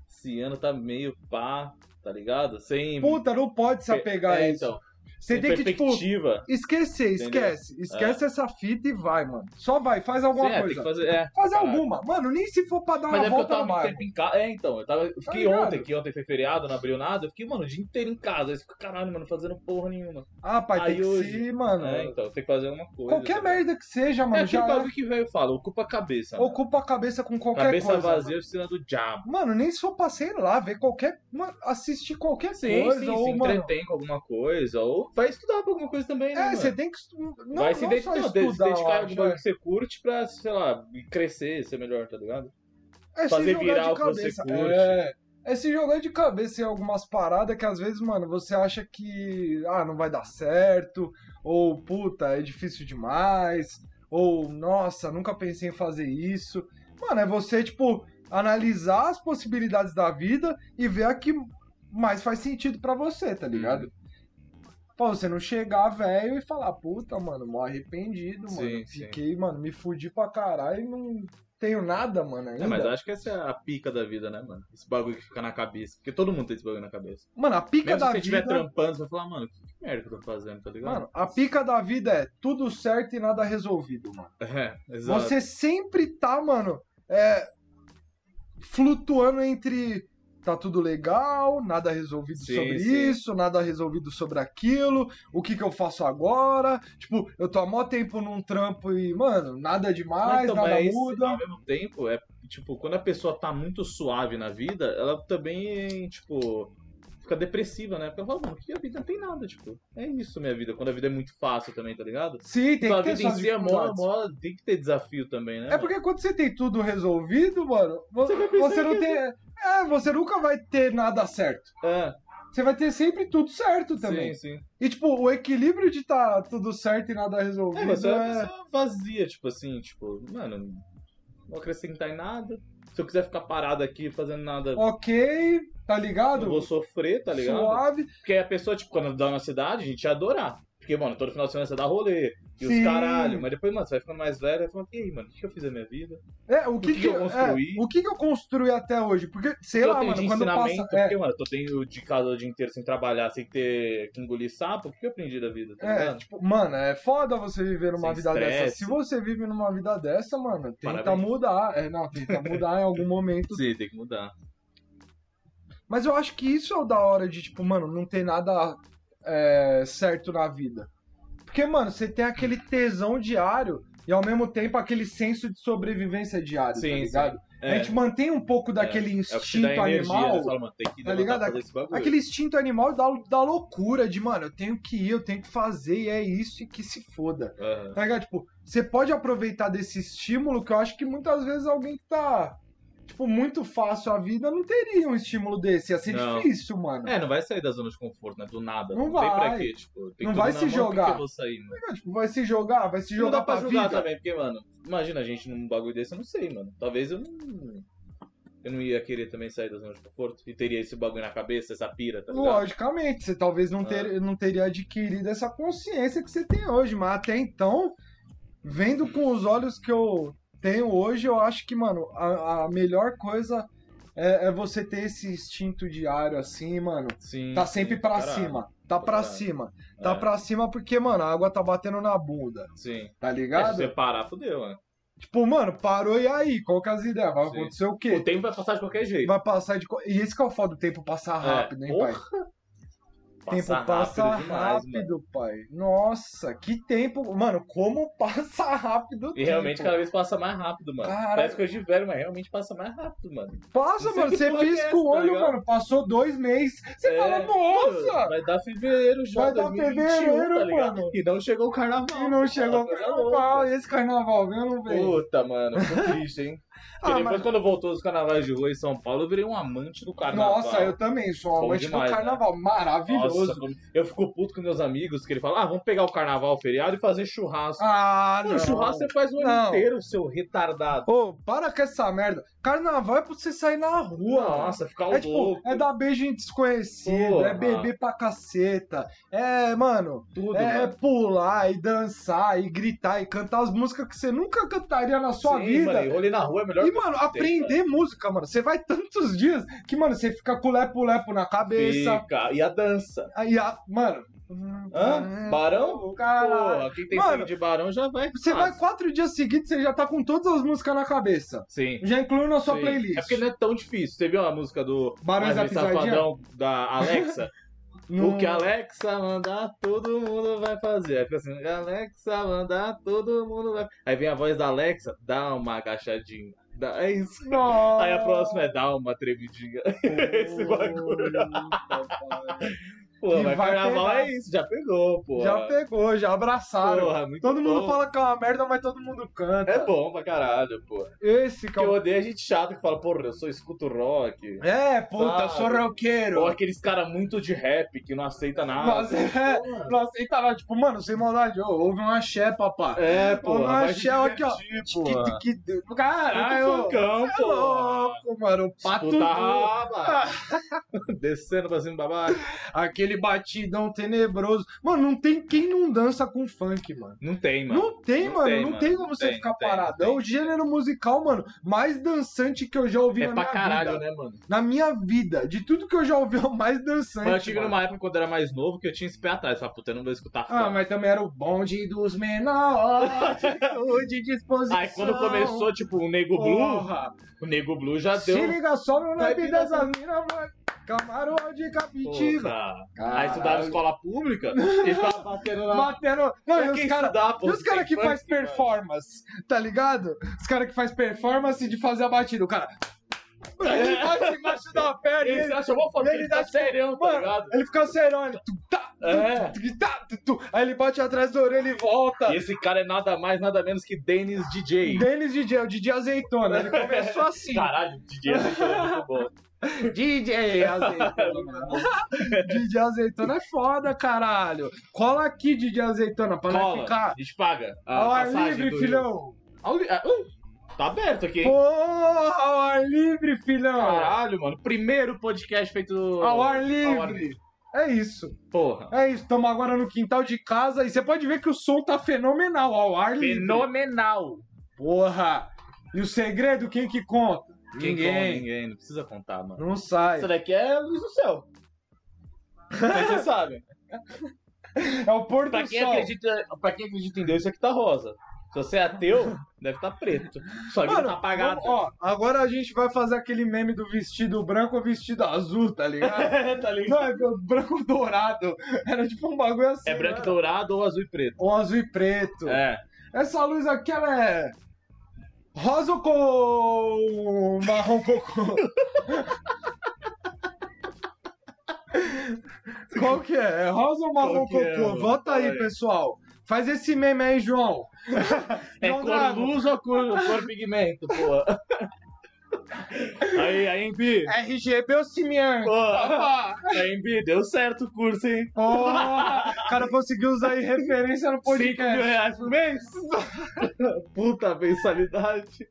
[SPEAKER 1] Esse ano tá meio pá, tá ligado? Sem.
[SPEAKER 2] Puta, não pode se apegar a
[SPEAKER 1] É,
[SPEAKER 2] isso.
[SPEAKER 1] então,
[SPEAKER 2] você
[SPEAKER 1] sem
[SPEAKER 2] tem que, tipo,
[SPEAKER 1] perspectiva.
[SPEAKER 2] esquecer,
[SPEAKER 1] Entendeu? É.
[SPEAKER 2] esquece. Esquece essa fita e vai, mano. Só vai, faz alguma
[SPEAKER 1] Sim, é, tem
[SPEAKER 2] coisa.
[SPEAKER 1] que fazer. É.
[SPEAKER 2] Faz
[SPEAKER 1] Caralho.
[SPEAKER 2] alguma. Mano, nem se for pra dar
[SPEAKER 1] Mas
[SPEAKER 2] uma
[SPEAKER 1] é porque eu
[SPEAKER 2] volta
[SPEAKER 1] tava
[SPEAKER 2] no
[SPEAKER 1] muito
[SPEAKER 2] mar. Tá
[SPEAKER 1] tempo em casa. É, então, eu tava. Eu fiquei
[SPEAKER 2] ligado?
[SPEAKER 1] ontem, que ontem foi feriado, não abriu nada. Eu fiquei, mano, o dia inteiro em casa. Aí eu fico, caralho, mano, fazendo porra nenhuma.
[SPEAKER 2] Ah, pai,
[SPEAKER 1] Aí
[SPEAKER 2] tem que
[SPEAKER 1] hoje-
[SPEAKER 2] se, mano.
[SPEAKER 1] É, então, tem que fazer alguma coisa.
[SPEAKER 2] qualquer
[SPEAKER 1] tá ligado?
[SPEAKER 2] merda que seja,
[SPEAKER 1] É
[SPEAKER 2] mano,
[SPEAKER 1] aquele
[SPEAKER 2] já
[SPEAKER 1] bagulho que veio e fala, ocupa a cabeça. mano.
[SPEAKER 2] ocupa a cabeça com qualquer
[SPEAKER 1] cabeça
[SPEAKER 2] coisa.
[SPEAKER 1] vazia, oficina do diabo.
[SPEAKER 2] Mano, nem se for pra, sei lá, ver qualquer. Mano, assistir qualquer
[SPEAKER 1] Sim,
[SPEAKER 2] coisa.
[SPEAKER 1] sim,
[SPEAKER 2] ou,
[SPEAKER 1] se
[SPEAKER 2] mano,
[SPEAKER 1] entretém com alguma coisa, ou vai estudar pra alguma coisa também, né?
[SPEAKER 2] É,
[SPEAKER 1] mano?
[SPEAKER 2] você tem que. estu- Não,
[SPEAKER 1] vai se
[SPEAKER 2] não
[SPEAKER 1] dedicar,
[SPEAKER 2] só
[SPEAKER 1] se
[SPEAKER 2] estudar, eu
[SPEAKER 1] dedicar a
[SPEAKER 2] acho, é.
[SPEAKER 1] alguma coisa que você curte pra, sei lá, crescer, ser melhor, tá ligado?
[SPEAKER 2] é. É se
[SPEAKER 1] fazer
[SPEAKER 2] jogar
[SPEAKER 1] virar
[SPEAKER 2] de
[SPEAKER 1] o que você
[SPEAKER 2] cabeça.
[SPEAKER 1] curte.
[SPEAKER 2] É, é se jogar de cabeça em algumas paradas que às vezes, mano, você acha que ah, não vai dar certo, ou puta, é difícil demais. Ou, nossa, nunca pensei em fazer isso. Mano, é você, tipo, analisar as possibilidades da vida e ver a que mais faz sentido pra você,
[SPEAKER 1] Uhum.
[SPEAKER 2] tá ligado? Pra você não chegar velho e falar, puta, mano, mó arrependido, mano.
[SPEAKER 1] Sim, sim.
[SPEAKER 2] Fiquei, mano, me fudi pra caralho e não tenho nada, mano, ainda.
[SPEAKER 1] É, mas eu acho que essa é a pica da vida, né, mano? Esse bagulho que fica na cabeça. Porque todo mundo tem esse bagulho na cabeça.
[SPEAKER 2] Mano, a pica
[SPEAKER 1] Mesmo
[SPEAKER 2] da
[SPEAKER 1] se você estiver
[SPEAKER 2] vida...
[SPEAKER 1] trampando, você vai falar, mano, que merda que eu tô fazendo, tá ligado?
[SPEAKER 2] Mano, a pica da vida é tudo certo e nada resolvido, mano.
[SPEAKER 1] É, exato.
[SPEAKER 2] Você sempre tá, mano, é, flutuando entre tá tudo legal, nada resolvido
[SPEAKER 1] Sim,
[SPEAKER 2] sobre
[SPEAKER 1] sim.
[SPEAKER 2] isso, nada resolvido sobre aquilo, o que que eu faço agora? Tipo, eu tô há mó tempo num trampo e, mano, nada demais,
[SPEAKER 1] Então,
[SPEAKER 2] nada
[SPEAKER 1] mas,
[SPEAKER 2] muda.
[SPEAKER 1] Ao mesmo tempo, é tipo, quando a pessoa tá muito suave na vida, ela também, tipo, fica depressiva, né? Porque ela fala, mano, que a vida não tem nada, tipo, é isso minha vida. Quando a vida é muito fácil também, tá ligado?
[SPEAKER 2] Sim, tem
[SPEAKER 1] Então, a
[SPEAKER 2] que ter
[SPEAKER 1] vida em
[SPEAKER 2] suas
[SPEAKER 1] si é mó,
[SPEAKER 2] dificuldades.
[SPEAKER 1] mó, tem que ter desafio também, né?
[SPEAKER 2] É porque quando você tem tudo resolvido, mano, vo-
[SPEAKER 1] Você vai
[SPEAKER 2] você,
[SPEAKER 1] pensar
[SPEAKER 2] não
[SPEAKER 1] que-
[SPEAKER 2] tem. É, você nunca vai ter nada certo.
[SPEAKER 1] É,
[SPEAKER 2] Você vai ter sempre tudo certo também.
[SPEAKER 1] sim, sim.
[SPEAKER 2] E, tipo, o equilíbrio de tá tudo certo e nada resolvido.
[SPEAKER 1] É, mas é
[SPEAKER 2] é-
[SPEAKER 1] uma pessoa vazia, tipo assim, tipo, mano, não vou acrescentar em nada. Se eu quiser ficar parado aqui fazendo nada,
[SPEAKER 2] ok, tá ligado?
[SPEAKER 1] não vou sofrer, tá ligado?
[SPEAKER 2] Suave.
[SPEAKER 1] Porque a pessoa, tipo, quando dá na cidade, a gente ia adorar. Porque, mano, todo final de semana você dá rolê. E
[SPEAKER 2] Sim.
[SPEAKER 1] os caralho. Mas depois, mano, você vai ficando mais velho, vai falando, e aí, mano, o que eu fiz da minha vida?
[SPEAKER 2] É, o que,
[SPEAKER 1] O que
[SPEAKER 2] que,
[SPEAKER 1] eu
[SPEAKER 2] é,
[SPEAKER 1] construí?
[SPEAKER 2] o que que eu construí até hoje? Porque, sei
[SPEAKER 1] eu
[SPEAKER 2] lá,
[SPEAKER 1] tenho
[SPEAKER 2] mano,
[SPEAKER 1] de
[SPEAKER 2] quando
[SPEAKER 1] ensinamento,
[SPEAKER 2] passa. É,
[SPEAKER 1] porque, mano, eu tô tendo de casa o dia inteiro sem trabalhar, sem ter que engolir sapo, o que eu aprendi da vida, tá
[SPEAKER 2] é,
[SPEAKER 1] ligado?
[SPEAKER 2] tipo, mano, é foda você viver numa
[SPEAKER 1] Sem
[SPEAKER 2] vida dessa.
[SPEAKER 1] estresse.
[SPEAKER 2] Se você vive numa vida dessa, mano, tenta
[SPEAKER 1] Parabéns.
[SPEAKER 2] mudar. É, não, tenta mudar em algum momento.
[SPEAKER 1] Sim, tem que mudar.
[SPEAKER 2] Mas eu acho que isso é o da hora de, tipo, mano, não tem nada é, certo na vida. Porque, mano, você tem aquele tesão diário e ao mesmo tempo aquele senso de sobrevivência diário,
[SPEAKER 1] Sim,
[SPEAKER 2] tá
[SPEAKER 1] sim.
[SPEAKER 2] ligado?
[SPEAKER 1] É,
[SPEAKER 2] A gente mantém um pouco daquele
[SPEAKER 1] é o que te dá
[SPEAKER 2] instinto
[SPEAKER 1] energia,
[SPEAKER 2] animal.
[SPEAKER 1] né? Fala, mano, tem que
[SPEAKER 2] tá
[SPEAKER 1] levantar
[SPEAKER 2] ligado?
[SPEAKER 1] pra fazer esse bagulho.
[SPEAKER 2] Aquele instinto animal da, da loucura de, mano, eu tenho que ir, eu tenho que fazer, e é isso e que se foda.
[SPEAKER 1] Aham.
[SPEAKER 2] Tá ligado? Tipo, você pode aproveitar desse estímulo que eu acho que muitas vezes alguém que tá, tipo, muito fácil a vida não teria um estímulo desse. Ia ser
[SPEAKER 1] Não.
[SPEAKER 2] difícil, mano.
[SPEAKER 1] É, não vai sair da zona de conforto, né? Do nada.
[SPEAKER 2] Não
[SPEAKER 1] Não, tem
[SPEAKER 2] vai.
[SPEAKER 1] pra quê, tipo. Tem
[SPEAKER 2] Não
[SPEAKER 1] tudo
[SPEAKER 2] vai
[SPEAKER 1] na
[SPEAKER 2] se
[SPEAKER 1] mão, por que
[SPEAKER 2] jogar.
[SPEAKER 1] que eu vou sair, né? mano?
[SPEAKER 2] Tá ligado? Tipo, vai se jogar, vai se
[SPEAKER 1] não
[SPEAKER 2] jogar
[SPEAKER 1] dá pra
[SPEAKER 2] pra
[SPEAKER 1] julgar tá
[SPEAKER 2] vida.
[SPEAKER 1] também, porque, mano, imagina a gente num bagulho desse, eu não sei, mano. Talvez eu não. Eu não ia querer também sair da zona de conforto e teria esse bagulho na cabeça, essa pira, tá ligado?
[SPEAKER 2] Logicamente, você talvez
[SPEAKER 1] É.
[SPEAKER 2] não, ter, não teria adquirido essa consciência que você tem hoje, mas até então, vendo com os olhos que eu tenho hoje, eu acho que, mano, a, a melhor coisa é, é você ter esse instinto diário assim, mano.
[SPEAKER 1] Sim.
[SPEAKER 2] Tá sempre
[SPEAKER 1] sim,
[SPEAKER 2] pra
[SPEAKER 1] caralho.
[SPEAKER 2] cima, tá pra
[SPEAKER 1] Caralho.
[SPEAKER 2] cima, tá
[SPEAKER 1] É,
[SPEAKER 2] pra cima porque, mano, a água tá batendo na bunda,
[SPEAKER 1] Sim.
[SPEAKER 2] tá
[SPEAKER 1] É, se
[SPEAKER 2] ligado?
[SPEAKER 1] você parar, fodeu, mano.
[SPEAKER 2] Tipo, mano, parou e aí, qual que é as ideias? Vai
[SPEAKER 1] Sim.
[SPEAKER 2] acontecer o quê?
[SPEAKER 1] O tempo vai passar de qualquer jeito.
[SPEAKER 2] Vai passar de. co- E esse que é o foda do tempo passar
[SPEAKER 1] É,
[SPEAKER 2] rápido, hein,
[SPEAKER 1] porra,
[SPEAKER 2] pai? tempo passa rápido, pai. Nossa, que tempo. Mano, como passa rápido o
[SPEAKER 1] E realmente
[SPEAKER 2] tempo.
[SPEAKER 1] cada vez passa mais rápido, mano.
[SPEAKER 2] Caralho.
[SPEAKER 1] Parece coisa de velho, mas realmente passa mais rápido, mano.
[SPEAKER 2] Passa,
[SPEAKER 1] não sei
[SPEAKER 2] mano. Você
[SPEAKER 1] que porra que é
[SPEAKER 2] pisca
[SPEAKER 1] essa,
[SPEAKER 2] o
[SPEAKER 1] tá
[SPEAKER 2] olho,
[SPEAKER 1] ligado?
[SPEAKER 2] mano. Passou dois meses. Você
[SPEAKER 1] É,
[SPEAKER 2] fala, nossa!
[SPEAKER 1] Vai dar fevereiro já,
[SPEAKER 2] Vai dar
[SPEAKER 1] 2021,
[SPEAKER 2] fevereiro,
[SPEAKER 1] tá ligado?
[SPEAKER 2] mano.
[SPEAKER 1] E não chegou o carnaval.
[SPEAKER 2] E não chegou o
[SPEAKER 1] Coisa
[SPEAKER 2] carnaval. Esse carnaval, viu? Não veio.
[SPEAKER 1] Puta, mano, ficou triste, hein? Porque
[SPEAKER 2] Ah,
[SPEAKER 1] depois,
[SPEAKER 2] mas-
[SPEAKER 1] quando voltou os carnavais de rua em São Paulo, eu virei um amante do carnaval.
[SPEAKER 2] Nossa, eu também sou um
[SPEAKER 1] Bom
[SPEAKER 2] amante
[SPEAKER 1] demais,
[SPEAKER 2] do
[SPEAKER 1] né?
[SPEAKER 2] carnaval. Maravilhoso.
[SPEAKER 1] Nossa, como- eu fico puto com meus amigos, que ele fala, ah, vamos pegar o carnaval feriado e fazer churrasco.
[SPEAKER 2] Ah,
[SPEAKER 1] Mano,
[SPEAKER 2] não.
[SPEAKER 1] churrasco é você faz o ano
[SPEAKER 2] Não.
[SPEAKER 1] inteiro, seu retardado.
[SPEAKER 2] Ô, para com essa merda. Carnaval é pra você sair na rua. mano.
[SPEAKER 1] Nossa, ficar
[SPEAKER 2] É tipo,
[SPEAKER 1] louco,
[SPEAKER 2] é dar beijo em desconhecido,
[SPEAKER 1] Porra.
[SPEAKER 2] é beber pra caceta, é, mano,
[SPEAKER 1] tudo,
[SPEAKER 2] é
[SPEAKER 1] mano.
[SPEAKER 2] pular e dançar e gritar e cantar as músicas que você nunca cantaria na é sua
[SPEAKER 1] Sim,
[SPEAKER 2] vida.
[SPEAKER 1] Mano, e rolê na rua é melhor
[SPEAKER 2] E,
[SPEAKER 1] que
[SPEAKER 2] mano,
[SPEAKER 1] tem,
[SPEAKER 2] aprender música, mano. Você vai tantos dias que, mano, você fica com lepo-lepo na cabeça.
[SPEAKER 1] fica. E a dança?
[SPEAKER 2] Aí, a, mano. Hum,
[SPEAKER 1] Hã? Barão?
[SPEAKER 2] o cara.
[SPEAKER 1] Porra, quem tem
[SPEAKER 2] Ah, Mano,
[SPEAKER 1] sangue de barão já vai.
[SPEAKER 2] Você
[SPEAKER 1] fácil.
[SPEAKER 2] vai quatro dias seguidos, você já tá com todas as músicas na cabeça.
[SPEAKER 1] Sim.
[SPEAKER 2] Já incluiu na sua
[SPEAKER 1] Sim.
[SPEAKER 2] playlist.
[SPEAKER 1] É porque não é tão difícil. Você viu a música do
[SPEAKER 2] Barões da
[SPEAKER 1] Wesley
[SPEAKER 2] Pisadinha?
[SPEAKER 1] Safadão da Alexa?
[SPEAKER 2] Não-
[SPEAKER 1] O que a Alexa mandar, todo mundo vai fazer. Aí fica assim, Alexa mandar, todo mundo vai. Aí vem a voz da Alexa, dá uma agachadinha. Dá... É isso.
[SPEAKER 2] Nossa.
[SPEAKER 1] Aí a próxima é dá uma tremidinha. Esse bagulho.
[SPEAKER 2] Puta, pai.
[SPEAKER 1] Pô,
[SPEAKER 2] E
[SPEAKER 1] mas
[SPEAKER 2] vai
[SPEAKER 1] carnaval
[SPEAKER 2] pegar.
[SPEAKER 1] é isso, já pegou, pô.
[SPEAKER 2] Já pegou, já abraçaram.
[SPEAKER 1] Porra, muito
[SPEAKER 2] todo mundo
[SPEAKER 1] bom.
[SPEAKER 2] fala que é uma merda, mas todo mundo canta.
[SPEAKER 1] É bom pra caralho, pô.
[SPEAKER 2] Esse é
[SPEAKER 1] Porque eu
[SPEAKER 2] cara.
[SPEAKER 1] odeio a gente chata que fala, porra, eu sou escuto rock.
[SPEAKER 2] É, puta, eu sou
[SPEAKER 1] Sabe?
[SPEAKER 2] roqueiro.
[SPEAKER 1] Ou aqueles cara muito de rap que não aceita nada.
[SPEAKER 2] Nós, é, nós tava, tipo, mano, sem maldade, ô, houve um axé, papá.
[SPEAKER 1] É,
[SPEAKER 2] Ô,
[SPEAKER 1] pô.
[SPEAKER 2] um
[SPEAKER 1] vai se
[SPEAKER 2] axé, aqui, ó.
[SPEAKER 1] divertir, pô.
[SPEAKER 2] Que, que, que,
[SPEAKER 1] Muito
[SPEAKER 2] caralho,
[SPEAKER 1] funkão,
[SPEAKER 2] é
[SPEAKER 1] pô.
[SPEAKER 2] louco, mano, o pato
[SPEAKER 1] Puta
[SPEAKER 2] nu.
[SPEAKER 1] raba. Descendo pra cima e pra baixo.
[SPEAKER 2] aquele batidão tenebroso. Mano, não tem quem não dança com funk, mano.
[SPEAKER 1] Não tem, mano.
[SPEAKER 2] não tem,
[SPEAKER 1] não
[SPEAKER 2] mano,
[SPEAKER 1] tem,
[SPEAKER 2] não
[SPEAKER 1] mano,
[SPEAKER 2] tem
[SPEAKER 1] não
[SPEAKER 2] como você
[SPEAKER 1] tem,
[SPEAKER 2] ficar
[SPEAKER 1] não tem, não
[SPEAKER 2] parado. É
[SPEAKER 1] tem.
[SPEAKER 2] o gênero musical, mano, mais dançante que eu já ouvi
[SPEAKER 1] é
[SPEAKER 2] na
[SPEAKER 1] pra
[SPEAKER 2] minha
[SPEAKER 1] caralho,
[SPEAKER 2] vida. Tá
[SPEAKER 1] né, mano?
[SPEAKER 2] Na minha vida, de tudo que eu já ouvi, é o mais dançante.
[SPEAKER 1] Mas eu tive
[SPEAKER 2] mano.
[SPEAKER 1] numa época quando eu era mais novo que eu tinha esse pé atrás. Falei, puta, eu não vou escutar
[SPEAKER 2] Ah,
[SPEAKER 1] funk.
[SPEAKER 2] mas também era o bonde dos menores, o de disposição.
[SPEAKER 1] Aí quando começou, tipo, o Nego Blue,
[SPEAKER 2] Porra,
[SPEAKER 1] o Nego Blue já deu.
[SPEAKER 2] se liga só no
[SPEAKER 1] Vai
[SPEAKER 2] naipe
[SPEAKER 1] virar-
[SPEAKER 2] dessa mina, mano. Camarão de capitiba.
[SPEAKER 1] Porra. Aí estudava em
[SPEAKER 2] Caralho.
[SPEAKER 1] escola pública, eles estavam batendo na.
[SPEAKER 2] Batendo. Não,
[SPEAKER 1] Pra
[SPEAKER 2] e
[SPEAKER 1] quem
[SPEAKER 2] os caras
[SPEAKER 1] estudar, pô,
[SPEAKER 2] E os
[SPEAKER 1] tem
[SPEAKER 2] caras que
[SPEAKER 1] funk,
[SPEAKER 2] faz
[SPEAKER 1] mano.
[SPEAKER 2] performance, tá ligado? Os caras que faz performance de fazer a batida. O cara. Ele bate embaixo da perna e
[SPEAKER 1] Ele
[SPEAKER 2] ele.
[SPEAKER 1] já chamou a foto,
[SPEAKER 2] ele
[SPEAKER 1] ele
[SPEAKER 2] dá
[SPEAKER 1] tá serião, tá
[SPEAKER 2] Mano,
[SPEAKER 1] ligado?
[SPEAKER 2] ele fica serão, ele. tu, tá, tu,
[SPEAKER 1] É.
[SPEAKER 2] tu, tu, tá, tu, tu. Aí ele bate atrás da orelha e volta.
[SPEAKER 1] E esse cara é nada mais, nada menos que Dennis DJ.
[SPEAKER 2] Denis DJ, o DJ Azeitona. Ele começou assim.
[SPEAKER 1] Caralho, DJ é muito bom.
[SPEAKER 2] DJ Azeitona. DJ Azeitona é foda, caralho. Cola aqui, DJ Azeitona, pra não
[SPEAKER 1] Cola, Ah, tá
[SPEAKER 2] ficar.
[SPEAKER 1] a gente paga. a
[SPEAKER 2] é Ao ar
[SPEAKER 1] passagem
[SPEAKER 2] livre,
[SPEAKER 1] do-
[SPEAKER 2] filhão.
[SPEAKER 1] Ao li- ah, uh, Tá aberto aqui, hein?
[SPEAKER 2] Porra, ao ar livre, filhão.
[SPEAKER 1] Caralho, mano. Primeiro podcast feito.
[SPEAKER 2] Ao ar
[SPEAKER 1] Ao ar
[SPEAKER 2] livre.
[SPEAKER 1] livre.
[SPEAKER 2] É isso.
[SPEAKER 1] Porra.
[SPEAKER 2] É isso. Estamos agora no quintal de casa e você pode ver que o som tá fenomenal ao ar livre.
[SPEAKER 1] Fenomenal.
[SPEAKER 2] Porra. E o segredo, quem que conta?
[SPEAKER 1] Quem
[SPEAKER 2] ninguém.
[SPEAKER 1] conta, ninguém. Não precisa contar, mano.
[SPEAKER 2] Não sai.
[SPEAKER 1] Isso daqui é luz do céu. Mas Você sabe.
[SPEAKER 2] É o pôr
[SPEAKER 1] Pra
[SPEAKER 2] do
[SPEAKER 1] quem,
[SPEAKER 2] sol.
[SPEAKER 1] acredita, pra quem acredita em Deus, isso aqui tá rosa. Se você é ateu, deve tá preto. Sua vida
[SPEAKER 2] Mano,
[SPEAKER 1] tá apagada.
[SPEAKER 2] vamos- ó, agora a gente vai fazer aquele meme do vestido branco ou vestido azul, tá ligado?
[SPEAKER 1] tá ligado?
[SPEAKER 2] Não, é branco dourado. Era tipo um bagulho assim.
[SPEAKER 1] É branco e
[SPEAKER 2] né?
[SPEAKER 1] dourado ou azul e preto.
[SPEAKER 2] Ou azul e preto.
[SPEAKER 1] É.
[SPEAKER 2] Essa luz aqui, ela é. Rosa ou com. marrom cocô? Qual que é? É rosa ou marrom
[SPEAKER 1] Qual que é,
[SPEAKER 2] cocô?
[SPEAKER 1] mano?
[SPEAKER 2] Vota aí,
[SPEAKER 1] Fala aí.
[SPEAKER 2] pessoal. Faz esse meme aí, João.
[SPEAKER 1] É
[SPEAKER 2] Não
[SPEAKER 1] cor
[SPEAKER 2] dá, mano.
[SPEAKER 1] luz ou cor, cor pigmento, porra. aí, aí, Embi.
[SPEAKER 2] RGB ou Simian?
[SPEAKER 1] Porra.
[SPEAKER 2] Opa!
[SPEAKER 1] Aí, Embi, deu certo o curso, hein?
[SPEAKER 2] Oh, o cara conseguiu usar aí referência no
[SPEAKER 1] 5 mil
[SPEAKER 2] podcast.
[SPEAKER 1] reais por mês? Puta mensalidade.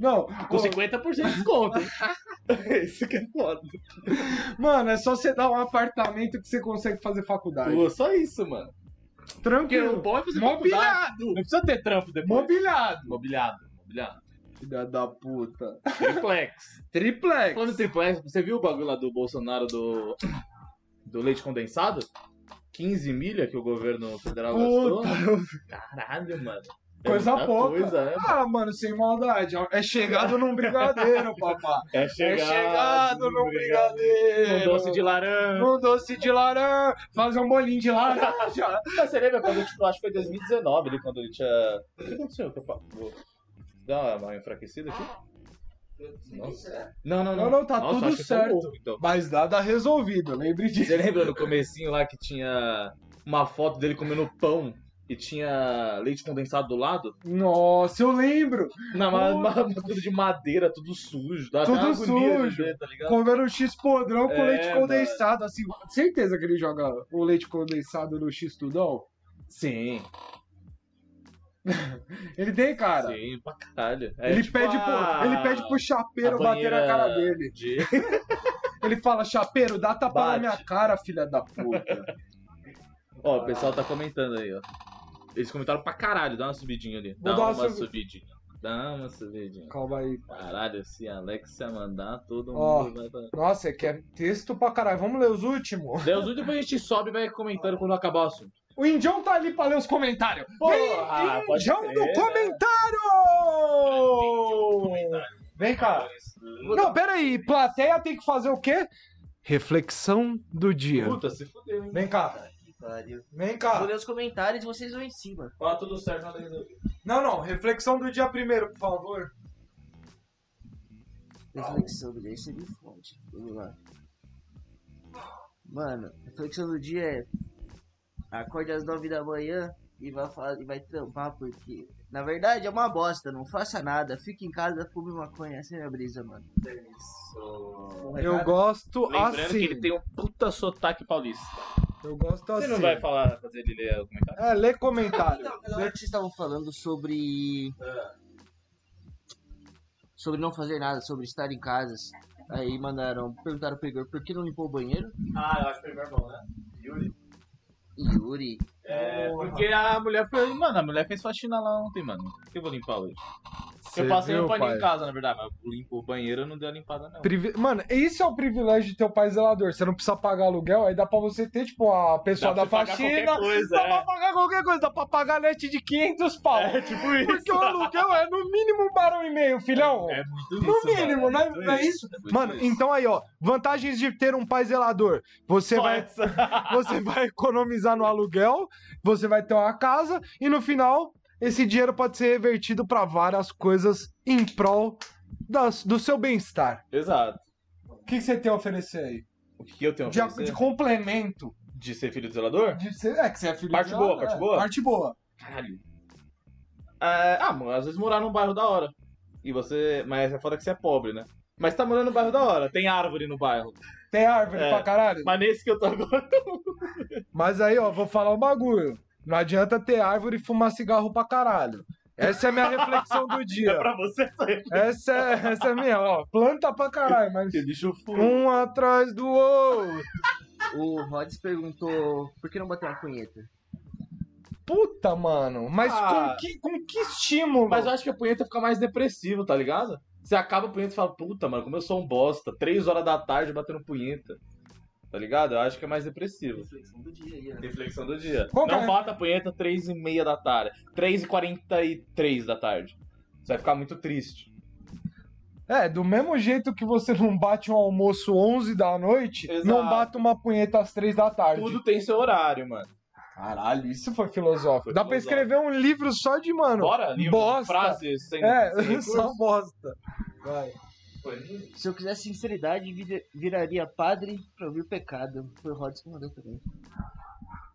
[SPEAKER 2] Não,
[SPEAKER 1] Com
[SPEAKER 2] ô,
[SPEAKER 1] 50% de desconto. Isso que é foda.
[SPEAKER 2] mano, é só você dar um apartamento que você consegue fazer faculdade.
[SPEAKER 1] Pô, só isso, mano. Porque o
[SPEAKER 2] Tranquilo.
[SPEAKER 1] bom é fazer faculdade.
[SPEAKER 2] Mobiliado!
[SPEAKER 1] Não precisa ter trampo depois.
[SPEAKER 2] Mobiliado!
[SPEAKER 1] Mobiliado. Mobiliado.
[SPEAKER 2] Filha da puta.
[SPEAKER 1] Triplex.
[SPEAKER 2] Triplex.
[SPEAKER 1] Falando em triplex, você viu o bagulho lá do Bolsonaro do, do leite condensado? 15 milha que o governo federal gastou. Caralho, mano. É
[SPEAKER 2] Coisa
[SPEAKER 1] muita
[SPEAKER 2] pouca.
[SPEAKER 1] Coisa, né?
[SPEAKER 2] Ah, mano, sem maldade. É chegado num brigadeiro, papá.
[SPEAKER 1] É
[SPEAKER 2] é chegado num brigadeiro.
[SPEAKER 1] Um doce de laranja.
[SPEAKER 2] Num doce de laranja. Fazer um bolinho de laranja.
[SPEAKER 1] Ah, Você lembra quando, tipo, acho que foi 2019 ali, quando ele tinha. O que aconteceu? Que eu fa- Vou dar uma enfraquecida aqui?
[SPEAKER 4] Nossa.
[SPEAKER 1] Não, não, não.
[SPEAKER 2] Não, não, tá
[SPEAKER 1] Nossa,
[SPEAKER 2] tudo
[SPEAKER 1] acho que foi um
[SPEAKER 2] certo.
[SPEAKER 1] pouco, então.
[SPEAKER 2] Mas nada resolvido, lembre disso.
[SPEAKER 1] Você lembra no comecinho lá que tinha uma foto dele comendo pão e tinha leite condensado do lado?
[SPEAKER 2] Nossa, eu lembro.
[SPEAKER 1] Não, mas uma, uma coisa de madeira, tudo sujo. Dá até
[SPEAKER 2] Tudo
[SPEAKER 1] uma agonia de
[SPEAKER 2] sujo.
[SPEAKER 1] ver, tá ligado?
[SPEAKER 2] Comendo um X podrão com
[SPEAKER 1] É,
[SPEAKER 2] leite
[SPEAKER 1] mano.
[SPEAKER 2] condensado. Assim, certeza que ele joga o leite condensado no X tudão?
[SPEAKER 1] Sim,
[SPEAKER 2] Ele tem, cara.
[SPEAKER 1] sim, pra caralho. É
[SPEAKER 2] Ele,
[SPEAKER 1] tipo
[SPEAKER 2] pede
[SPEAKER 1] a-
[SPEAKER 2] pro, ele pede pro
[SPEAKER 1] a
[SPEAKER 2] chapeiro bater na
[SPEAKER 1] banheira
[SPEAKER 2] cara dele.
[SPEAKER 1] de-
[SPEAKER 2] Ele fala, chapeiro, dá tapa na
[SPEAKER 1] Bate.
[SPEAKER 2] minha cara, filha da puta.
[SPEAKER 1] Ó, o pessoal tá comentando aí, ó. Eles comentaram pra caralho, dá uma subidinha ali.
[SPEAKER 2] Vou
[SPEAKER 1] Dá
[SPEAKER 2] dar
[SPEAKER 1] uma,
[SPEAKER 2] uma subi-
[SPEAKER 1] subidinha. Dá uma subidinha.
[SPEAKER 2] Calma aí.
[SPEAKER 1] Caralho, se a Alexia mandar, todo
[SPEAKER 2] Ó.
[SPEAKER 1] mundo vai pra.
[SPEAKER 2] Nossa, é que é texto pra caralho. Vamos ler os últimos?
[SPEAKER 1] Deus, depois a gente sobe e vai comentando quando acabar o assunto.
[SPEAKER 2] O Indião tá ali pra ler os comentários.
[SPEAKER 1] Porra,
[SPEAKER 2] Vem,
[SPEAKER 1] pode
[SPEAKER 2] Indião
[SPEAKER 1] crer,
[SPEAKER 2] do
[SPEAKER 1] né?
[SPEAKER 2] comentário! Vem cá.
[SPEAKER 1] né?
[SPEAKER 2] Não, pera aí. Plateia tem que fazer o quê? Reflexão do dia.
[SPEAKER 1] Puta, se fudeu, hein?
[SPEAKER 2] Vem cá,
[SPEAKER 4] Que pariu.
[SPEAKER 2] vem
[SPEAKER 4] Vou
[SPEAKER 2] cá.
[SPEAKER 4] ler os comentários e vocês vão em cima.
[SPEAKER 1] Fala tudo certo, né, não resolvi.
[SPEAKER 2] Não, não. Reflexão do dia primeiro, por favor. Ah.
[SPEAKER 4] é Reflexão, daí você me fode. Vamos lá. Mano, a reflexão do dia é. Acorde às 9 da manhã e vai, fa- e vai trampar, porque. Na verdade é uma bosta, não faça nada, fique em casa, fume maconha, essa é a minha brisa, mano.
[SPEAKER 2] Eu gosto
[SPEAKER 1] Lembrando
[SPEAKER 2] assim.
[SPEAKER 1] que ele tem um puta sotaque paulista.
[SPEAKER 2] Eu gosto
[SPEAKER 1] Você
[SPEAKER 2] assim.
[SPEAKER 1] não vai falar, fazer ele ler o comentário?
[SPEAKER 2] É, lê comentário.
[SPEAKER 4] Então, pela hora que vocês estavam falando sobre.
[SPEAKER 2] Ah.
[SPEAKER 4] Sobre não fazer nada, sobre estar em casa. Aí mandaram, perguntaram pro Igor por que não limpou o banheiro.
[SPEAKER 1] Ah, eu acho que foi bom, né? Yuri.
[SPEAKER 4] E Yuri,
[SPEAKER 1] É, porque a mulher foi. Mano, a mulher fez faxina lá ontem, mano. Por que eu vou limpar hoje? Porque eu
[SPEAKER 2] Cê
[SPEAKER 1] passei
[SPEAKER 2] viu,
[SPEAKER 1] um paninho
[SPEAKER 2] pai?
[SPEAKER 1] em casa, na verdade, mas eu limpo o banheiro eu não dei a limpada, não.
[SPEAKER 2] Privi- Mano, esse é o privilégio de ter o pai zelador. Você não precisa pagar aluguel, aí dá pra você ter, tipo, a pessoa
[SPEAKER 1] Dá
[SPEAKER 2] da
[SPEAKER 1] pra você pagar
[SPEAKER 2] faxina.
[SPEAKER 1] qualquer coisa,
[SPEAKER 2] dá
[SPEAKER 1] é.
[SPEAKER 2] pra pagar qualquer coisa, dá pra pagar net de 500 pau.
[SPEAKER 1] É tipo isso.
[SPEAKER 2] porque o aluguel é no mínimo um barão e meio, filhão.
[SPEAKER 1] É muito
[SPEAKER 2] No
[SPEAKER 1] isso.
[SPEAKER 2] mínimo, não é- não é isso? Mano, então aí, ó. Vantagens de ter um pai zelador. Você
[SPEAKER 1] é
[SPEAKER 2] vai, você vai economizar no aluguel, você vai ter uma casa e no final esse dinheiro pode ser revertido pra várias coisas em prol das- do seu bem-estar.
[SPEAKER 1] Exato.
[SPEAKER 2] O que, que você tem a oferecer aí?
[SPEAKER 1] O que eu tenho a
[SPEAKER 2] De,
[SPEAKER 1] fazer?
[SPEAKER 2] de complemento.
[SPEAKER 1] De ser filho do zelador?
[SPEAKER 2] De ser- é que você é filho
[SPEAKER 1] Parte
[SPEAKER 2] de-
[SPEAKER 1] boa,
[SPEAKER 2] é,
[SPEAKER 1] parte boa?
[SPEAKER 2] Parte boa.
[SPEAKER 1] Caralho. É, ah, mano, às vezes morar num bairro da hora. E você. Mas é foda que você é pobre, né? Mas tá morando no bairro da hora, tem árvore no bairro.
[SPEAKER 2] Tem árvore
[SPEAKER 1] É.
[SPEAKER 2] pra caralho.
[SPEAKER 1] Mas nesse que eu tô agora.
[SPEAKER 2] Mas aí, ó, vou falar um bagulho. Não adianta ter árvore e fumar cigarro pra caralho. Essa é a minha reflexão do
[SPEAKER 1] É
[SPEAKER 2] dia.
[SPEAKER 1] pra você essa
[SPEAKER 2] Essa é, essa é minha, ó. Planta pra caralho, mas
[SPEAKER 1] Bicho furo.
[SPEAKER 2] um atrás do outro.
[SPEAKER 4] o Rods perguntou por que não bateu uma punheta.
[SPEAKER 2] Puta, mano. Mas
[SPEAKER 1] Ah.
[SPEAKER 2] com, que, com que estímulo?
[SPEAKER 1] Mas eu acho que a punheta fica mais depressivo, tá ligado? Você acaba a punheta e fala, puta, mano, como eu sou um bosta. Três horas da tarde batendo punheta. Tá ligado? Eu acho que é mais depressivo.
[SPEAKER 4] Reflexão do dia aí, né?
[SPEAKER 1] Reflexão do dia.
[SPEAKER 2] Qual que
[SPEAKER 1] não
[SPEAKER 2] é?
[SPEAKER 1] bata a punheta três e meia da tarde. Três e quarenta e três da tarde. Você vai ficar muito triste.
[SPEAKER 2] É, do mesmo jeito que você não bate um almoço 11 da noite,
[SPEAKER 1] Exato.
[SPEAKER 2] não bate uma punheta às 3 da tarde.
[SPEAKER 1] Tudo tem seu horário, mano.
[SPEAKER 2] Caralho, isso foi filosófico.
[SPEAKER 1] Foi
[SPEAKER 2] Dá pra
[SPEAKER 1] filosófico.
[SPEAKER 2] escrever um livro só de, mano.
[SPEAKER 1] Bora, livro,
[SPEAKER 2] bosta.
[SPEAKER 1] frases sem, sem
[SPEAKER 2] É,
[SPEAKER 1] recurso.
[SPEAKER 2] só bosta. Vai.
[SPEAKER 1] Foi.
[SPEAKER 4] Se eu quisesse sinceridade, vira- viraria padre pra ouvir o pecado. Foi o Rods que mandou também.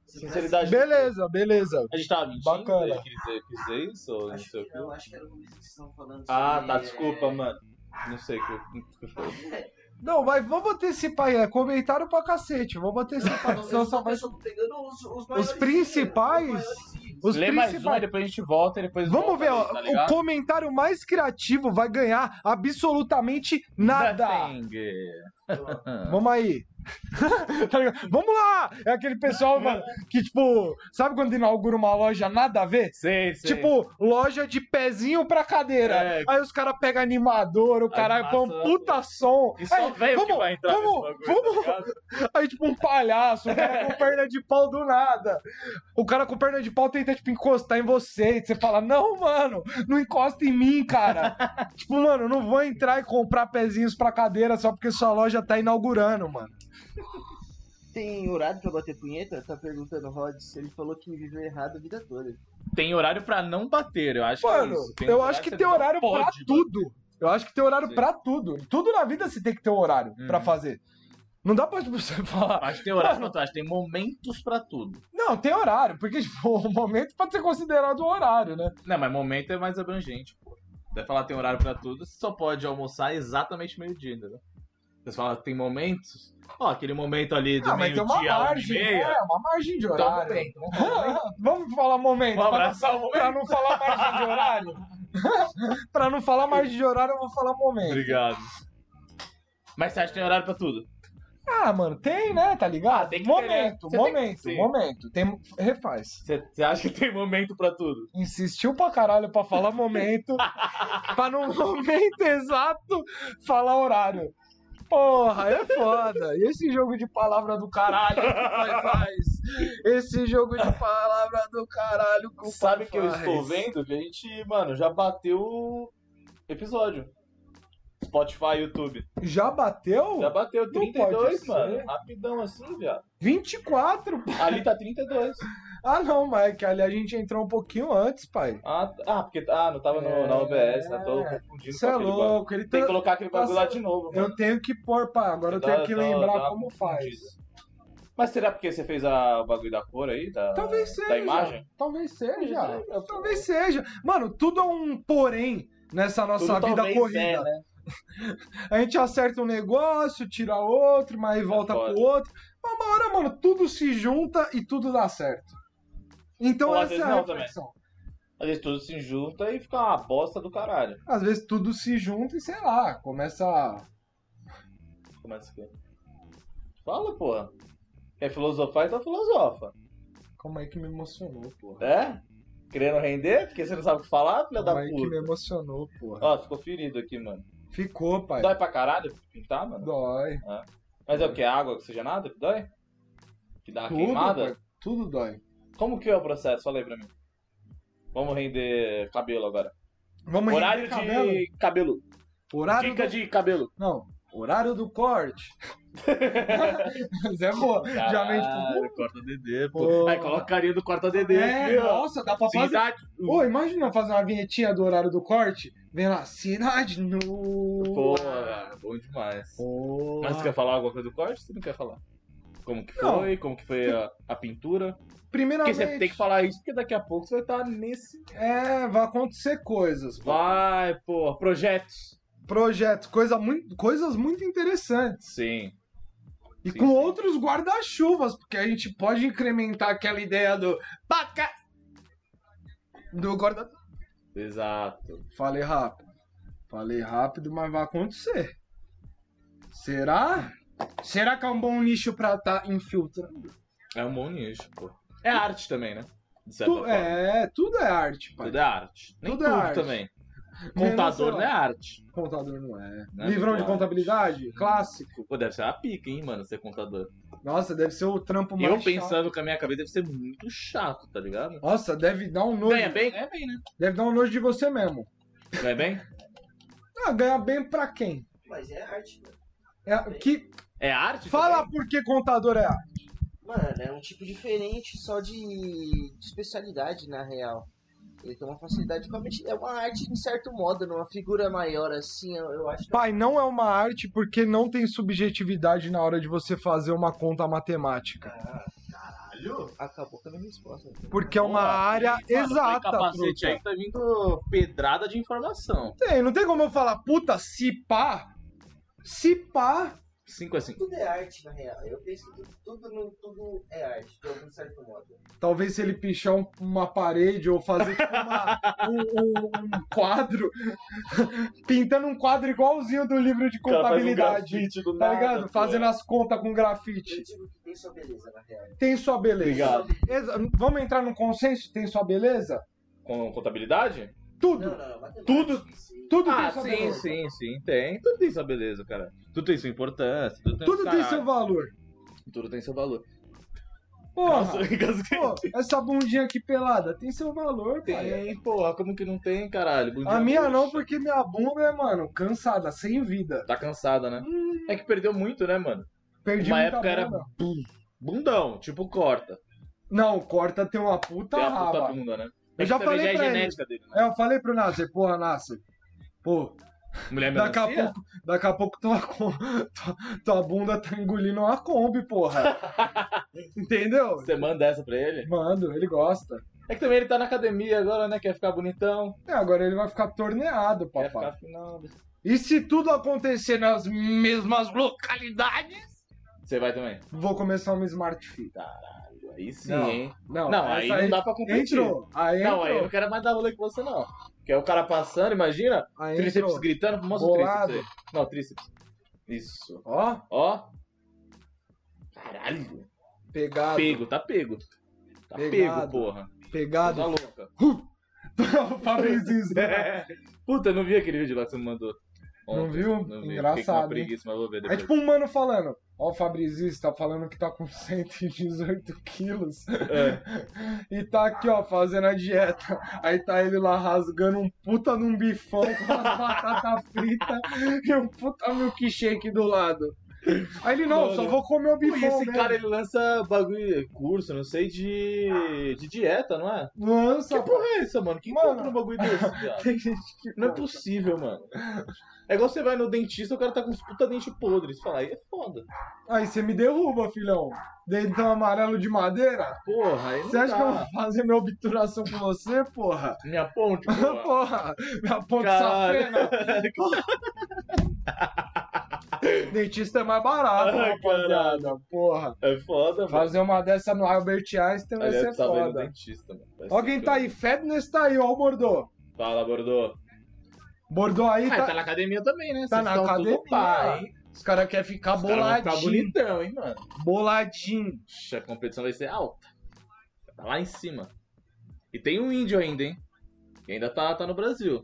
[SPEAKER 1] Sinceridade.
[SPEAKER 2] Beleza, beleza.
[SPEAKER 1] A gente tava mentindo?
[SPEAKER 2] Bacana.
[SPEAKER 1] Eu quis dizer, quis dizer isso ou não sei o quê?
[SPEAKER 4] acho que era o que vocês estavam falando
[SPEAKER 1] Ah, tá, desculpa, mano. Não sei o que eu- que eu falei.
[SPEAKER 2] Não, mas vamos antecipar aí. É comentário pra cacete. Vamos
[SPEAKER 4] é,
[SPEAKER 2] antecipar. senão só vai...
[SPEAKER 4] pegando os, né,
[SPEAKER 2] Os principais. Os
[SPEAKER 1] Lê mais uma e
[SPEAKER 2] principais.
[SPEAKER 1] depois a gente volta e depois.
[SPEAKER 2] Vamos
[SPEAKER 1] volta
[SPEAKER 2] ver,
[SPEAKER 1] aí,
[SPEAKER 2] ó.
[SPEAKER 1] tá
[SPEAKER 2] o
[SPEAKER 1] ligado?
[SPEAKER 2] comentário mais criativo vai ganhar absolutamente nada.
[SPEAKER 1] Nothing.
[SPEAKER 2] Vamos aí. Tá ligado? Vamos lá! É aquele pessoal, mano, que tipo, sabe quando inaugura uma loja nada a ver?
[SPEAKER 1] Sei, sei.
[SPEAKER 2] Tipo, loja de pezinho pra cadeira.
[SPEAKER 1] É.
[SPEAKER 2] Aí os caras pegam animador, o caralho, põe um
[SPEAKER 1] massa,
[SPEAKER 2] puta som.
[SPEAKER 1] E só
[SPEAKER 2] Aí,
[SPEAKER 1] velho que
[SPEAKER 2] é, vamos,
[SPEAKER 1] vai entrar nesse
[SPEAKER 2] vamos,
[SPEAKER 1] bagulho,
[SPEAKER 2] vamos.
[SPEAKER 1] tá ligado?
[SPEAKER 2] Aí, tipo, um palhaço, o cara com perna de pau do nada. O cara com perna de pau tenta, tipo, encostar em você. E você fala, não, mano, não encosta em mim, cara. tipo, mano, eu não vou entrar e comprar pezinhos pra cadeira só porque sua loja tá inaugurando, mano.
[SPEAKER 4] Tem horário pra bater punheta? Tá perguntando o Rods. Ele falou que viveu errado a vida toda.
[SPEAKER 1] Tem horário pra não bater, eu acho que é
[SPEAKER 2] Mano,
[SPEAKER 1] isso. Tem
[SPEAKER 2] eu
[SPEAKER 1] horário
[SPEAKER 2] acho que
[SPEAKER 1] você
[SPEAKER 2] tem
[SPEAKER 1] não
[SPEAKER 2] horário pra
[SPEAKER 1] é pode
[SPEAKER 2] tudo. Eu acho que tem horário
[SPEAKER 1] Sim.
[SPEAKER 2] pra tudo. Tudo na vida você tem que ter um horário pra
[SPEAKER 1] Uhum.
[SPEAKER 2] fazer. Não dá pra tipo, você falar,
[SPEAKER 1] bater. Acho que tem horário pra tudo, acho que tem momentos pra tudo.
[SPEAKER 2] Não, tem horário, porque, tipo, o momento pode ser considerado um horário, né?
[SPEAKER 1] Não, mas momento é mais abrangente, pô. Vai falar tem horário pra tudo, você só pode almoçar exatamente meio-dia, entendeu? Você fala tem momentos? Ó, aquele momento ali do
[SPEAKER 2] Ah, mas tem uma
[SPEAKER 1] meio-dia a uma e
[SPEAKER 2] margem,
[SPEAKER 1] meia.
[SPEAKER 2] é, uma margem de
[SPEAKER 1] Então,
[SPEAKER 2] horário.
[SPEAKER 1] bem, então,
[SPEAKER 2] Vamos falar um momento.
[SPEAKER 1] vamos
[SPEAKER 2] pra,
[SPEAKER 1] abraçar o
[SPEAKER 2] não,
[SPEAKER 1] momento.
[SPEAKER 2] pra não falar margem de horário. pra não falar margem de horário, eu vou falar momento.
[SPEAKER 1] Obrigado. Mas você acha que tem horário pra tudo?
[SPEAKER 2] Ah, mano, tem, né? Tá ligado?
[SPEAKER 1] Ah, tem que ter, né?
[SPEAKER 2] momento,
[SPEAKER 1] Você tem que-
[SPEAKER 2] momento,
[SPEAKER 1] sim.
[SPEAKER 2] momento. Tem, refaz.
[SPEAKER 1] Você, você acha que tem momento pra tudo?
[SPEAKER 2] Insistiu pra caralho pra falar momento. pra no momento exato falar horário. Porra, é foda. E esse jogo de palavra do caralho que o pai faz? Esse jogo de palavra do caralho que o pai
[SPEAKER 1] Sabe que eu
[SPEAKER 2] faz?
[SPEAKER 1] estou vendo que a gente, mano, já bateu o episódio. Spotify, YouTube.
[SPEAKER 2] Já bateu?
[SPEAKER 1] Já bateu
[SPEAKER 2] pode
[SPEAKER 1] 32,
[SPEAKER 2] ser.
[SPEAKER 1] mano. Rapidão assim, viado.
[SPEAKER 2] 24? pô.
[SPEAKER 1] Ali tá 32.
[SPEAKER 2] Ah, não, mas é que ali a gente entrou um pouquinho antes, pai.
[SPEAKER 1] Ah, tá- ah, porque ah, não tava no, na OBS, né? Tô confundindo
[SPEAKER 2] Você
[SPEAKER 1] com
[SPEAKER 2] é
[SPEAKER 1] aquele bagulho.
[SPEAKER 2] louco. Ele
[SPEAKER 1] Tem que
[SPEAKER 2] tá-
[SPEAKER 1] colocar aquele bagulho lá de novo, mano.
[SPEAKER 2] Eu tenho que pôr, pá. Agora eu
[SPEAKER 1] Dá-
[SPEAKER 2] tenho que
[SPEAKER 1] dá- um
[SPEAKER 2] lembrar
[SPEAKER 1] dá uma
[SPEAKER 2] como
[SPEAKER 1] confundida.
[SPEAKER 2] faz.
[SPEAKER 1] Mas será porque você fez a o bagulho da cor aí? Da,
[SPEAKER 2] Talvez seja.
[SPEAKER 1] Da imagem?
[SPEAKER 2] Talvez seja. Talvez seja. Mano, tudo é um porém nessa nossa
[SPEAKER 1] Tudo
[SPEAKER 2] vida
[SPEAKER 1] talvez
[SPEAKER 2] corrida.
[SPEAKER 1] é, né?
[SPEAKER 2] A gente acerta um negócio, tira outro, mas volta
[SPEAKER 1] É foda.
[SPEAKER 2] pro outro. Mas uma hora, mano, tudo se junta e tudo dá certo. Então
[SPEAKER 1] Ou às
[SPEAKER 2] essa é
[SPEAKER 1] vezes
[SPEAKER 2] a
[SPEAKER 1] não também.
[SPEAKER 2] reflexão.
[SPEAKER 1] Às vezes tudo se junta e fica uma bosta do caralho.
[SPEAKER 2] Às vezes tudo se junta e sei lá, começa. a-
[SPEAKER 1] Começa aqui. Fala, porra. Quer filosofar, então filosofa.
[SPEAKER 2] Calma aí é que me emocionou, porra.
[SPEAKER 1] É? Querendo render? Porque você não sabe o que falar, filha da
[SPEAKER 2] Calma aí é que me
[SPEAKER 1] puta.
[SPEAKER 2] emocionou, porra.
[SPEAKER 1] Ó, ficou ferido aqui, mano.
[SPEAKER 2] Ficou, pai.
[SPEAKER 1] Dói pra caralho pintar, mano?
[SPEAKER 2] Dói.
[SPEAKER 1] Mas é o que? Água oxigenada que dói? Que dá uma
[SPEAKER 2] Tudo,
[SPEAKER 1] queimada?
[SPEAKER 2] pai. Tudo dói.
[SPEAKER 1] Como que é o processo? Fala aí pra mim. Vamos render cabelo agora.
[SPEAKER 2] Vamos
[SPEAKER 1] Horário
[SPEAKER 2] render cabelo?
[SPEAKER 1] de cabelo.
[SPEAKER 2] Horário
[SPEAKER 1] Dica
[SPEAKER 2] do...
[SPEAKER 1] de cabelo.
[SPEAKER 2] Não, horário do corte. Mas é boa. Já vem tipo...
[SPEAKER 1] Caralho, corta DD,
[SPEAKER 2] Pô.
[SPEAKER 1] pô. Aí coloca a carinha do corta DD
[SPEAKER 2] É,
[SPEAKER 1] aqui, ó.
[SPEAKER 2] nossa, dá pra fazer.
[SPEAKER 1] Cidade.
[SPEAKER 2] Pô, imagina fazer uma vinhetinha do horário do corte. Vem lá, cidade no...
[SPEAKER 1] Pô, é bom demais.
[SPEAKER 2] Pô.
[SPEAKER 1] Mas você quer falar alguma coisa do corte? Você não quer falar? Como que
[SPEAKER 2] Não.
[SPEAKER 1] foi? Como que foi a, a pintura? Porque
[SPEAKER 2] Primeiramente,
[SPEAKER 1] você tem que falar isso, porque daqui a pouco você vai estar nesse.
[SPEAKER 2] é, vai acontecer coisas.
[SPEAKER 1] Vai, pô, projetos.
[SPEAKER 2] Projetos, coisa muito, coisas muito interessantes.
[SPEAKER 1] Sim.
[SPEAKER 2] E
[SPEAKER 1] Sim,
[SPEAKER 2] com
[SPEAKER 1] sim.
[SPEAKER 2] outros guarda-chuvas, porque a gente pode incrementar aquela ideia do... Paca... Do guarda...
[SPEAKER 1] Exato.
[SPEAKER 2] Falei rápido. Falei rápido, mas vai acontecer. Será? Será que é um bom nicho pra tá infiltrando?
[SPEAKER 1] É um bom nicho, pô. É arte também, né? De certa
[SPEAKER 2] Tu,
[SPEAKER 1] forma.
[SPEAKER 2] é, tudo é arte, pai.
[SPEAKER 1] Tudo é arte. Nem
[SPEAKER 2] Tudo
[SPEAKER 1] tudo,
[SPEAKER 2] é arte.
[SPEAKER 1] também.
[SPEAKER 2] Menos, sei
[SPEAKER 1] Contador
[SPEAKER 2] lá.
[SPEAKER 1] não é arte.
[SPEAKER 2] Contador não é.
[SPEAKER 1] Não é
[SPEAKER 2] Livrão de
[SPEAKER 1] verdade.
[SPEAKER 2] contabilidade? Clássico.
[SPEAKER 1] Pô, deve ser uma pica, hein, mano, ser contador.
[SPEAKER 2] Nossa, deve ser o trampo
[SPEAKER 1] E
[SPEAKER 2] mais
[SPEAKER 1] eu
[SPEAKER 2] chato.
[SPEAKER 1] pensando com a minha cabeça deve ser muito chato, tá ligado?
[SPEAKER 2] Nossa, deve dar um nojo.
[SPEAKER 1] Ganha bem? Ganha bem, né?
[SPEAKER 2] Deve dar um nojo de você mesmo.
[SPEAKER 1] Ganha bem?
[SPEAKER 2] Ah, ganhar bem pra quem?
[SPEAKER 4] Mas é arte, mano.
[SPEAKER 2] É, que,
[SPEAKER 1] É arte?
[SPEAKER 2] fala
[SPEAKER 1] também?
[SPEAKER 2] por que contador é arte.
[SPEAKER 4] Mano, é um tipo diferente só de, de especialidade, na real. Ele tem uma facilidade com a mente. É uma arte, de certo modo, numa figura maior, assim, eu, eu acho.
[SPEAKER 2] Pai, não é uma arte porque não tem subjetividade na hora de você fazer uma conta matemática.
[SPEAKER 4] Acabou com a minha resposta.
[SPEAKER 2] Porque é uma
[SPEAKER 1] Porra,
[SPEAKER 2] área
[SPEAKER 1] mano,
[SPEAKER 2] exata.
[SPEAKER 1] tem capacete
[SPEAKER 2] truta.
[SPEAKER 1] aí que tá vindo pedrada de informação.
[SPEAKER 2] Tem, não tem como eu falar, puta, se pá. Se pá.
[SPEAKER 1] 5 a 5.
[SPEAKER 4] Tudo é arte, na real. Eu penso que tudo, no- tudo é arte, de algum certo modo.
[SPEAKER 2] Talvez se ele pichar um- uma parede ou fazer tipo uma- um, um- um quadro, pintando um quadro igualzinho do livro de contabilidade.
[SPEAKER 1] do
[SPEAKER 2] tá ligado? Fazendo as contas com grafite.
[SPEAKER 4] Eu digo que tem sua beleza, na real.
[SPEAKER 2] Tem sua beleza.
[SPEAKER 1] Obrigado.
[SPEAKER 2] Exa- Vamos entrar num consenso? Tem sua beleza?
[SPEAKER 1] Com contabilidade?
[SPEAKER 2] Tudo.
[SPEAKER 4] Não, não, não. matemática,
[SPEAKER 1] Tudo-
[SPEAKER 4] isso-
[SPEAKER 2] Tudo
[SPEAKER 1] ah,
[SPEAKER 2] tem sua
[SPEAKER 1] sim,
[SPEAKER 2] beleza.
[SPEAKER 1] sim, sim, tem. Tudo tem sua beleza, cara. Tudo tem sua importância. Tudo tem,
[SPEAKER 2] Tudo tem
[SPEAKER 1] caralho.
[SPEAKER 2] seu valor.
[SPEAKER 1] Tudo tem seu valor.
[SPEAKER 2] Porra.
[SPEAKER 1] engasguei.
[SPEAKER 2] Pô, essa bundinha aqui pelada tem seu valor, pai.
[SPEAKER 1] Tem, porra, como que não tem, caralho? Bom
[SPEAKER 2] A
[SPEAKER 1] dia,
[SPEAKER 2] minha
[SPEAKER 1] poxa.
[SPEAKER 2] não, porque minha bunda é, mano, cansada, sem vida.
[SPEAKER 1] Tá cansada, né?
[SPEAKER 2] Hum.
[SPEAKER 1] É que perdeu muito, né, mano?
[SPEAKER 2] Perdi
[SPEAKER 1] Uma
[SPEAKER 2] muita
[SPEAKER 1] época era
[SPEAKER 2] bunda.
[SPEAKER 1] Bundão, tipo corta.
[SPEAKER 2] Não, corta tem uma puta
[SPEAKER 1] tem a puta
[SPEAKER 2] Tá raba.
[SPEAKER 1] bunda, né?
[SPEAKER 2] Eu
[SPEAKER 1] É
[SPEAKER 2] já
[SPEAKER 1] que também
[SPEAKER 2] falei
[SPEAKER 1] já
[SPEAKER 2] pra
[SPEAKER 1] é
[SPEAKER 2] ele.
[SPEAKER 1] genética dele, né?
[SPEAKER 2] É, eu falei pro Nasser, porra, Nasser. Pô,
[SPEAKER 1] Mulher
[SPEAKER 2] daqui a,
[SPEAKER 1] É melancia?
[SPEAKER 2] pouco, daqui a pouco tua, com- tua, tua bunda tá engolindo uma Kombi, porra. Entendeu?
[SPEAKER 1] Você manda essa pra ele?
[SPEAKER 2] Mando, ele gosta.
[SPEAKER 1] É que também ele tá na academia agora, né? Quer ficar bonitão,
[SPEAKER 2] É, agora ele vai ficar torneado,
[SPEAKER 1] quer
[SPEAKER 2] papai.
[SPEAKER 1] ficar final.
[SPEAKER 2] E se tudo acontecer nas mesmas localidades,
[SPEAKER 1] Você vai também?
[SPEAKER 2] vou começar uma Smart Fit.
[SPEAKER 1] Aí sim,
[SPEAKER 2] Não.
[SPEAKER 1] hein?
[SPEAKER 2] Não,
[SPEAKER 1] Não,
[SPEAKER 2] essa
[SPEAKER 1] aí não dá pra competir.
[SPEAKER 2] Entrou. Aí entrou.
[SPEAKER 1] Não, aí eu não quero mais dar rolê com você, não. Que é o cara passando, imagina,
[SPEAKER 2] Aí
[SPEAKER 1] tríceps
[SPEAKER 2] entrou.
[SPEAKER 1] gritando, mostra
[SPEAKER 2] Bolado.
[SPEAKER 1] o tríceps aí. Não, tríceps. Isso.
[SPEAKER 2] Ó,
[SPEAKER 1] Ó. Caralho.
[SPEAKER 2] pegado.
[SPEAKER 1] Pego, tá pego. Tá
[SPEAKER 2] Pegado.
[SPEAKER 1] pego, porra. Tá
[SPEAKER 2] Pegado.
[SPEAKER 1] louca.
[SPEAKER 2] o Fabrizinho. né?
[SPEAKER 1] É. Puta, eu não vi aquele vídeo lá que você me mandou.
[SPEAKER 2] Não viu?
[SPEAKER 1] Não vi. Fiquei com
[SPEAKER 2] Engraçado,
[SPEAKER 1] uma
[SPEAKER 2] hein?
[SPEAKER 1] preguiça, mas vou ver
[SPEAKER 2] É
[SPEAKER 1] depois.
[SPEAKER 2] tipo um mano falando. Ó, o Fabrizista falando que tá com 118 quilos
[SPEAKER 1] É.
[SPEAKER 2] e tá aqui, ó, fazendo a dieta. Aí tá ele lá rasgando um puta num bifão com uma batata frita e um puta milkshake do lado. Aí ele, não,
[SPEAKER 1] Mano.
[SPEAKER 2] só vou comer o
[SPEAKER 1] Pô,
[SPEAKER 2] bifão.
[SPEAKER 1] e esse
[SPEAKER 2] mesmo.
[SPEAKER 1] cara, ele lança bagulho, curso, não sei, de, de dieta, não é?
[SPEAKER 2] Lança.
[SPEAKER 1] Que porra é essa, mano? Quem
[SPEAKER 2] Mano.
[SPEAKER 1] compra um bagulho desse, cara?
[SPEAKER 2] Tem gente que
[SPEAKER 1] Não é
[SPEAKER 2] compra.
[SPEAKER 1] possível, mano. É igual você vai no dentista, o cara tá com uns puta dente podre. Você fala, aí é foda.
[SPEAKER 2] Aí você me derruba, filhão. Dentão amarelo de madeira.
[SPEAKER 1] Porra, aí não
[SPEAKER 2] Você acha
[SPEAKER 1] dá.
[SPEAKER 2] que eu vou fazer minha obturação com você, porra?
[SPEAKER 1] Minha ponte, porra.
[SPEAKER 2] Porra, minha ponte
[SPEAKER 1] Caralho.
[SPEAKER 2] safena. Dentista é mais barato,
[SPEAKER 1] Ah,
[SPEAKER 2] rapaziada. Porra.
[SPEAKER 1] É foda, mano.
[SPEAKER 2] Fazer uma dessa no Albert Einstein vai
[SPEAKER 1] Aliás, tá
[SPEAKER 2] ser
[SPEAKER 1] precisava ir no
[SPEAKER 2] é foda.
[SPEAKER 1] dentista, mano. Vai
[SPEAKER 2] Ó
[SPEAKER 1] ser
[SPEAKER 2] quem
[SPEAKER 1] foda.
[SPEAKER 2] tá aí. Fedness tá aí, ó o Bordô.
[SPEAKER 1] Fala, Bordeaux.
[SPEAKER 2] Bordô aí
[SPEAKER 1] Ah,
[SPEAKER 2] tá...
[SPEAKER 1] tá na academia também, né?
[SPEAKER 2] Tá
[SPEAKER 1] Vocês
[SPEAKER 2] na
[SPEAKER 1] estão tudo
[SPEAKER 2] academia.
[SPEAKER 1] pá, hein?
[SPEAKER 2] Os caras querem ficar
[SPEAKER 1] Os caras vão
[SPEAKER 2] boladinho.
[SPEAKER 1] ficar bonitão, hein, mano?
[SPEAKER 2] Boladinho.
[SPEAKER 1] Ixi, a competição vai ser alta. Tá lá em cima. E tem um índio ainda, hein? Que ainda tá, tá no Brasil.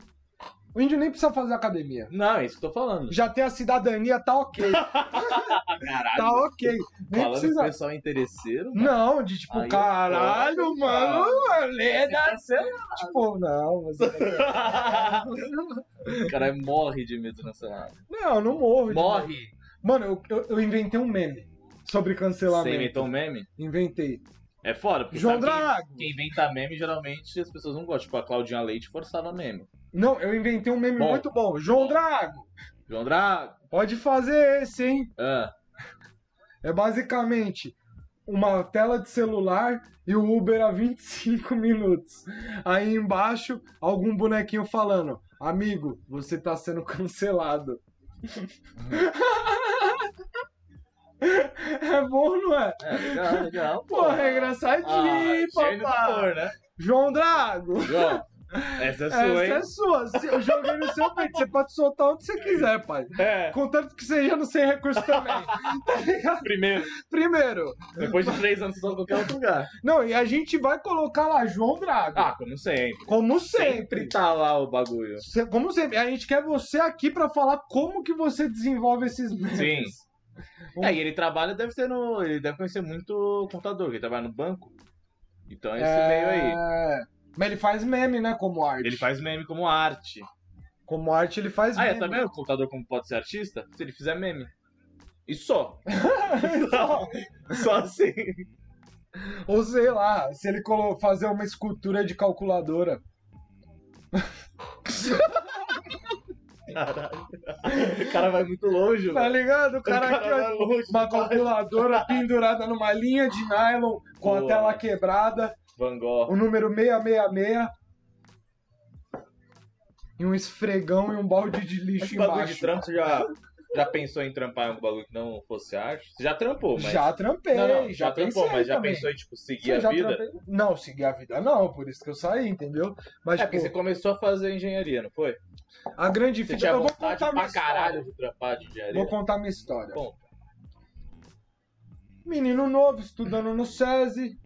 [SPEAKER 2] O índio nem precisa fazer academia.
[SPEAKER 1] Não, é isso que eu tô falando.
[SPEAKER 2] Já tem a cidadania, tá ok.
[SPEAKER 1] Caralho.
[SPEAKER 2] Tá ok. Nem
[SPEAKER 1] falando
[SPEAKER 2] precisa.
[SPEAKER 1] que o pessoal é interesseiro.
[SPEAKER 2] Não, de tipo,
[SPEAKER 1] Aí é
[SPEAKER 2] caralho,
[SPEAKER 1] foda,
[SPEAKER 2] mano, leda.
[SPEAKER 1] Cancelado.
[SPEAKER 2] Tipo, não, você.
[SPEAKER 1] o cara é morre de medo cancelado.
[SPEAKER 2] Não, não morro. de medo.
[SPEAKER 1] Morre.
[SPEAKER 2] Mano, eu, eu, eu inventei um meme sobre
[SPEAKER 1] Você
[SPEAKER 2] cancelamento.
[SPEAKER 1] inventou um meme?
[SPEAKER 2] Inventei.
[SPEAKER 1] É foda, porque
[SPEAKER 2] João
[SPEAKER 1] sabe quem-
[SPEAKER 2] Drago.
[SPEAKER 1] quem inventa meme, geralmente as pessoas não gostam. Tipo, a Claudinha Leite forçava meme.
[SPEAKER 2] Não, eu inventei um meme
[SPEAKER 1] Bom.
[SPEAKER 2] muito bom. João Drago,
[SPEAKER 1] João Drago.
[SPEAKER 2] pode fazer esse, hein?
[SPEAKER 1] Ah,
[SPEAKER 2] É basicamente uma tela de celular e o Uber a 25 minutos. Aí embaixo, algum bonequinho falando: Amigo, você tá sendo cancelado. é bom, não é?
[SPEAKER 1] é, legal, legal.
[SPEAKER 2] Porra, é engraçadinho,
[SPEAKER 1] Ah, cheio do
[SPEAKER 2] papai.
[SPEAKER 1] humor, né?
[SPEAKER 2] João Drago.
[SPEAKER 1] João, essa é sua,
[SPEAKER 2] Essa
[SPEAKER 1] hein?
[SPEAKER 2] é sua. Se- Eu joguei no seu peito. Você pode soltar onde você quiser, pai.
[SPEAKER 1] É,
[SPEAKER 2] Contanto que seja no sem recurso também. Tá ligado?
[SPEAKER 1] primeiro.
[SPEAKER 2] Primeiro.
[SPEAKER 1] Depois de três anos, você tá em qualquer outro lugar.
[SPEAKER 2] Não, e a gente vai colocar lá João Drago.
[SPEAKER 1] Ah, como sempre.
[SPEAKER 2] Como sempre.
[SPEAKER 1] tá lá o bagulho.
[SPEAKER 2] Cê- Como sempre. A gente quer você aqui pra falar como que você desenvolve esses memes.
[SPEAKER 1] Sim. É, e ele trabalha, deve ser no. Ele deve conhecer muito contador, que ele trabalha no banco. Então é esse meio aí.
[SPEAKER 2] É, Mas ele faz meme, né? Como arte.
[SPEAKER 1] Ele faz meme como arte.
[SPEAKER 2] Como arte, ele faz
[SPEAKER 1] Ah, é,
[SPEAKER 2] meme.
[SPEAKER 1] tá vendo o contador como pode ser artista? Se ele fizer meme. E só.
[SPEAKER 2] Só-
[SPEAKER 1] Só assim.
[SPEAKER 2] Ou sei lá, se ele colo- fazer uma escultura de calculadora.
[SPEAKER 1] Caralho. O cara vai muito longe,
[SPEAKER 2] Tá
[SPEAKER 1] velho.
[SPEAKER 2] ligado? O cara aqui, ó,
[SPEAKER 1] vai longe.
[SPEAKER 2] uma calculadora pendurada numa linha de nylon com a
[SPEAKER 1] Boa.
[SPEAKER 2] tela quebrada,
[SPEAKER 1] Van Gogh.
[SPEAKER 2] o número 666 e um esfregão e um balde de lixo
[SPEAKER 1] Esse bagulho de
[SPEAKER 2] embaixo.
[SPEAKER 1] trampo, você já, já pensou em trampar em algum bagulho que não fosse arte? Você já trampou, mas.
[SPEAKER 2] Já trampei,
[SPEAKER 1] Não, não,
[SPEAKER 2] já,
[SPEAKER 1] já trampou,
[SPEAKER 2] pensei
[SPEAKER 1] mas já
[SPEAKER 2] também.
[SPEAKER 1] pensou em, tipo, seguir
[SPEAKER 2] Eu
[SPEAKER 1] a
[SPEAKER 2] já
[SPEAKER 1] vida?
[SPEAKER 2] trampei- Não, seguir a vida não, por isso que eu saí, entendeu? Mas,
[SPEAKER 1] É porque
[SPEAKER 2] tipo,
[SPEAKER 1] você começou a fazer engenharia, não foi?
[SPEAKER 2] a grande
[SPEAKER 1] Você
[SPEAKER 2] fita...
[SPEAKER 1] tinha
[SPEAKER 2] Eu vou
[SPEAKER 1] vontade
[SPEAKER 2] contar minha
[SPEAKER 1] pra caralho tá
[SPEAKER 2] história.
[SPEAKER 1] de trampar de engenharia.
[SPEAKER 2] Vou contar minha história.
[SPEAKER 1] Bom.
[SPEAKER 2] Menino novo, estudando no SESI.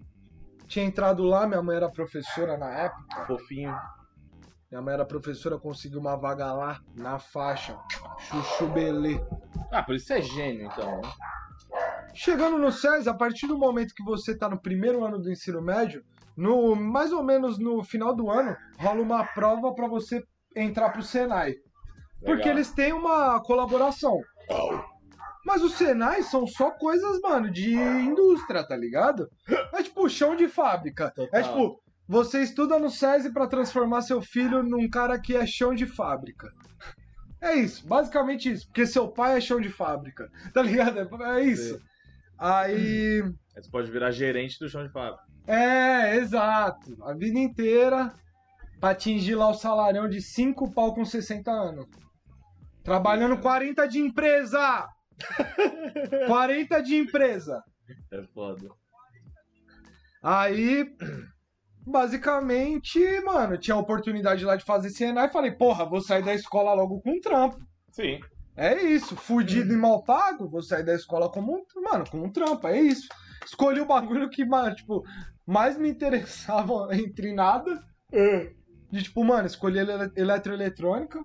[SPEAKER 2] Tinha entrado lá, minha mãe era professora na época.
[SPEAKER 1] Fofinho.
[SPEAKER 2] Minha mãe era professora, conseguiu uma vaga lá, na faixa. Chuchu Belê.
[SPEAKER 1] Ah, por isso você é gênio, então. né?
[SPEAKER 2] Chegando no SESI, a partir do momento que você tá no primeiro ano do ensino médio, no mais ou menos no final do ano, rola uma prova pra você entrar pro Senai. Porque
[SPEAKER 1] Legal.
[SPEAKER 2] eles têm uma colaboração. Mas os Senai são só coisas, mano, de indústria, tá ligado? É tipo chão de fábrica.
[SPEAKER 1] Total.
[SPEAKER 2] É tipo, você estuda no SESI pra transformar seu filho num cara que é chão de fábrica. É isso, basicamente isso. Porque seu pai é chão de fábrica, tá ligado? É- É isso. Aí.
[SPEAKER 1] Aí Você pode virar gerente do chão de fábrica.
[SPEAKER 2] É, exato. A vida inteira pra atingir lá o salarão de 5 pau com 60 anos. Trabalhando 40 de empresa! 40 de empresa!
[SPEAKER 1] É foda.
[SPEAKER 2] Aí, basicamente, mano, tinha a oportunidade lá de fazer Senai. Falei, porra, vou sair da escola logo com um trampo.
[SPEAKER 1] Sim.
[SPEAKER 2] É isso, fudido e mal pago, vou sair da escola como um, mano, como um trampo, é isso. Escolhi o bagulho que, mano, tipo, mais me interessava entre nada. De tipo, mano, escolhi ele- eletroeletrônica.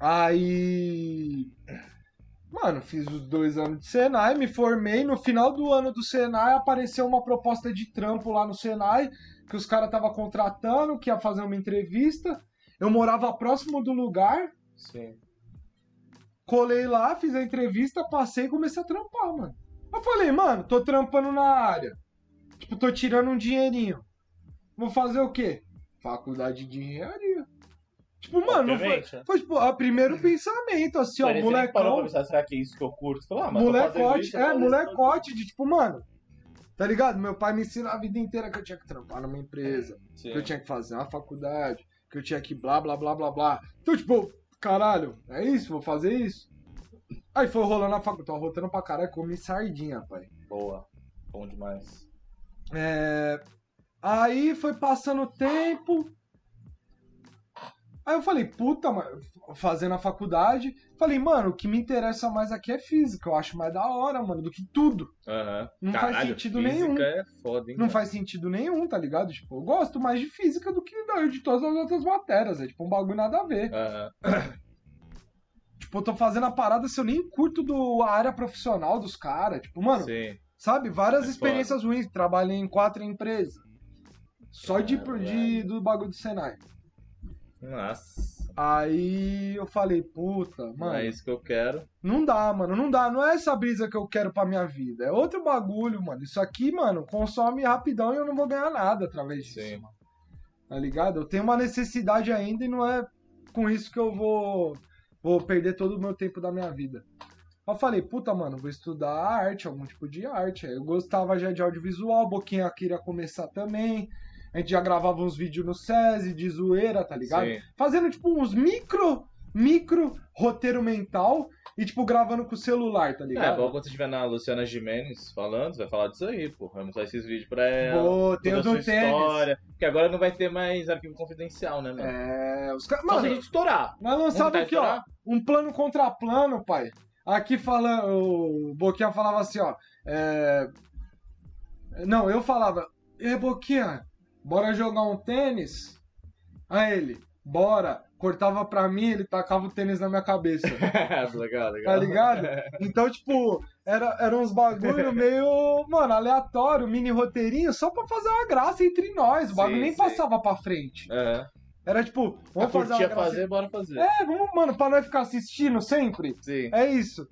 [SPEAKER 2] Aí. Mano, fiz os dois anos de Senai, me formei. No final do ano do Senai apareceu uma proposta de trampo lá no Senai, que os caras estavam contratando, que ia fazer uma entrevista. Eu morava próximo do lugar.
[SPEAKER 1] Sim.
[SPEAKER 2] colei lá, fiz a entrevista, passei e comecei a trampar, mano. Eu falei, mano, tô trampando na área. Tipo, tô tirando um dinheirinho. Vou fazer o quê? Faculdade de engenharia. Tipo, mano, não foi,
[SPEAKER 5] Obviamente, né?
[SPEAKER 2] foi tipo, o primeiro pensamento, assim, ó,
[SPEAKER 5] Parece que a gente parou pra
[SPEAKER 2] molecão,
[SPEAKER 5] pensar, será que é isso que eu curto? Falei, ah, mas tô fazendo
[SPEAKER 2] molecote,
[SPEAKER 5] isso,
[SPEAKER 2] é,
[SPEAKER 1] né?"
[SPEAKER 5] talvez-
[SPEAKER 2] molecote de tipo, mano, tá ligado? Meu pai me ensinou a vida inteira que eu tinha que trampar numa empresa
[SPEAKER 1] É.
[SPEAKER 5] Sim.
[SPEAKER 2] que eu tinha que fazer uma faculdade, que eu tinha que blá blá blá blá blá. Então, tipo, caralho, é isso? Vou fazer isso? Aí foi rolando a faculdade, tava rotando pra caralho, comi sardinha, pai.
[SPEAKER 5] Boa. Bom demais.
[SPEAKER 2] É, Aí foi passando o tempo. Aí eu falei, puta, mano, fazendo a faculdade. Falei, mano, o que me interessa mais aqui é física. Eu acho mais da hora, mano, do que tudo.
[SPEAKER 1] Aham.
[SPEAKER 2] Não faz
[SPEAKER 1] Caralho,
[SPEAKER 2] sentido
[SPEAKER 1] física
[SPEAKER 2] nenhum.
[SPEAKER 1] é foda, hein?
[SPEAKER 2] Não
[SPEAKER 1] cara?
[SPEAKER 2] faz sentido nenhum, tá ligado? Tipo, eu gosto mais de física do que da- de todas as outras matérias. É tipo um bagulho nada a ver.
[SPEAKER 1] Aham.
[SPEAKER 2] Tipo, eu tô fazendo a parada se eu nem curto do, a área profissional dos caras. Tipo, mano,
[SPEAKER 1] Sim.
[SPEAKER 2] sabe? Várias
[SPEAKER 1] É
[SPEAKER 2] experiências ruins. Trabalhei em quatro empresas. Só
[SPEAKER 1] É
[SPEAKER 2] de, de, do bagulho do Senai.
[SPEAKER 1] Nossa.
[SPEAKER 2] Aí eu falei, puta,
[SPEAKER 1] Não
[SPEAKER 2] mano,
[SPEAKER 1] é isso que eu quero.
[SPEAKER 2] não dá, mano, não dá. Não é essa brisa que eu quero pra minha vida. É outro bagulho, mano. Isso aqui, mano, consome rapidão e eu não vou ganhar nada através disso.
[SPEAKER 1] Sim.
[SPEAKER 2] mano. Tá ligado? Eu tenho uma necessidade ainda e não é com isso que eu vou, vou perder todo o meu tempo da minha vida. Eu falei, puta, mano, vou estudar arte, algum tipo de arte. Aí Eu gostava já de audiovisual, Boquinha queria começar também. A gente já gravava uns vídeos no SESI de zoeira, tá ligado?
[SPEAKER 1] Sim.
[SPEAKER 2] fazendo tipo uns micro, micro roteiro mental e tipo gravando com o celular, tá
[SPEAKER 1] É,
[SPEAKER 2] ligado?
[SPEAKER 1] bom quando você estiver na Luciana Jimenez falando, você vai falar disso aí, pô. Vai mostrar esses vídeos pra ela.
[SPEAKER 2] Boa, tem
[SPEAKER 1] é, toda
[SPEAKER 2] o
[SPEAKER 1] a sua
[SPEAKER 2] do tênis.
[SPEAKER 1] história. Porque agora não vai ter mais arquivo confidencial, né, mano?
[SPEAKER 2] É, os caras.
[SPEAKER 1] Só Então, se a
[SPEAKER 2] Mano,
[SPEAKER 1] gente estourar.
[SPEAKER 2] nós
[SPEAKER 1] Vamos
[SPEAKER 2] lançamos
[SPEAKER 1] tentar
[SPEAKER 2] aqui, ó,
[SPEAKER 1] estourar?
[SPEAKER 2] um plano contra plano, pai. Aqui falando, o Boquinha falava assim, ó. é, Não, eu falava, e Boquinha, bora jogar um tênis? Aí ele, bora. Cortava pra mim, ele tacava o tênis na minha cabeça.
[SPEAKER 1] legal, legal.
[SPEAKER 2] tá ligado? Então, tipo, era, era uns bagulho meio, mano, aleatório, mini roteirinho, só pra fazer uma graça entre nós. O bagulho
[SPEAKER 1] Sim,
[SPEAKER 2] nem
[SPEAKER 1] sim.
[SPEAKER 2] passava pra frente.
[SPEAKER 1] Aham.
[SPEAKER 2] Era tipo,
[SPEAKER 1] Eu
[SPEAKER 2] vamos fazer uma
[SPEAKER 1] curtia
[SPEAKER 2] graça.
[SPEAKER 1] fazer, bora fazer.
[SPEAKER 2] É, vamos, mano, pra nós ficar assistindo sempre.
[SPEAKER 1] Sim.
[SPEAKER 2] É isso.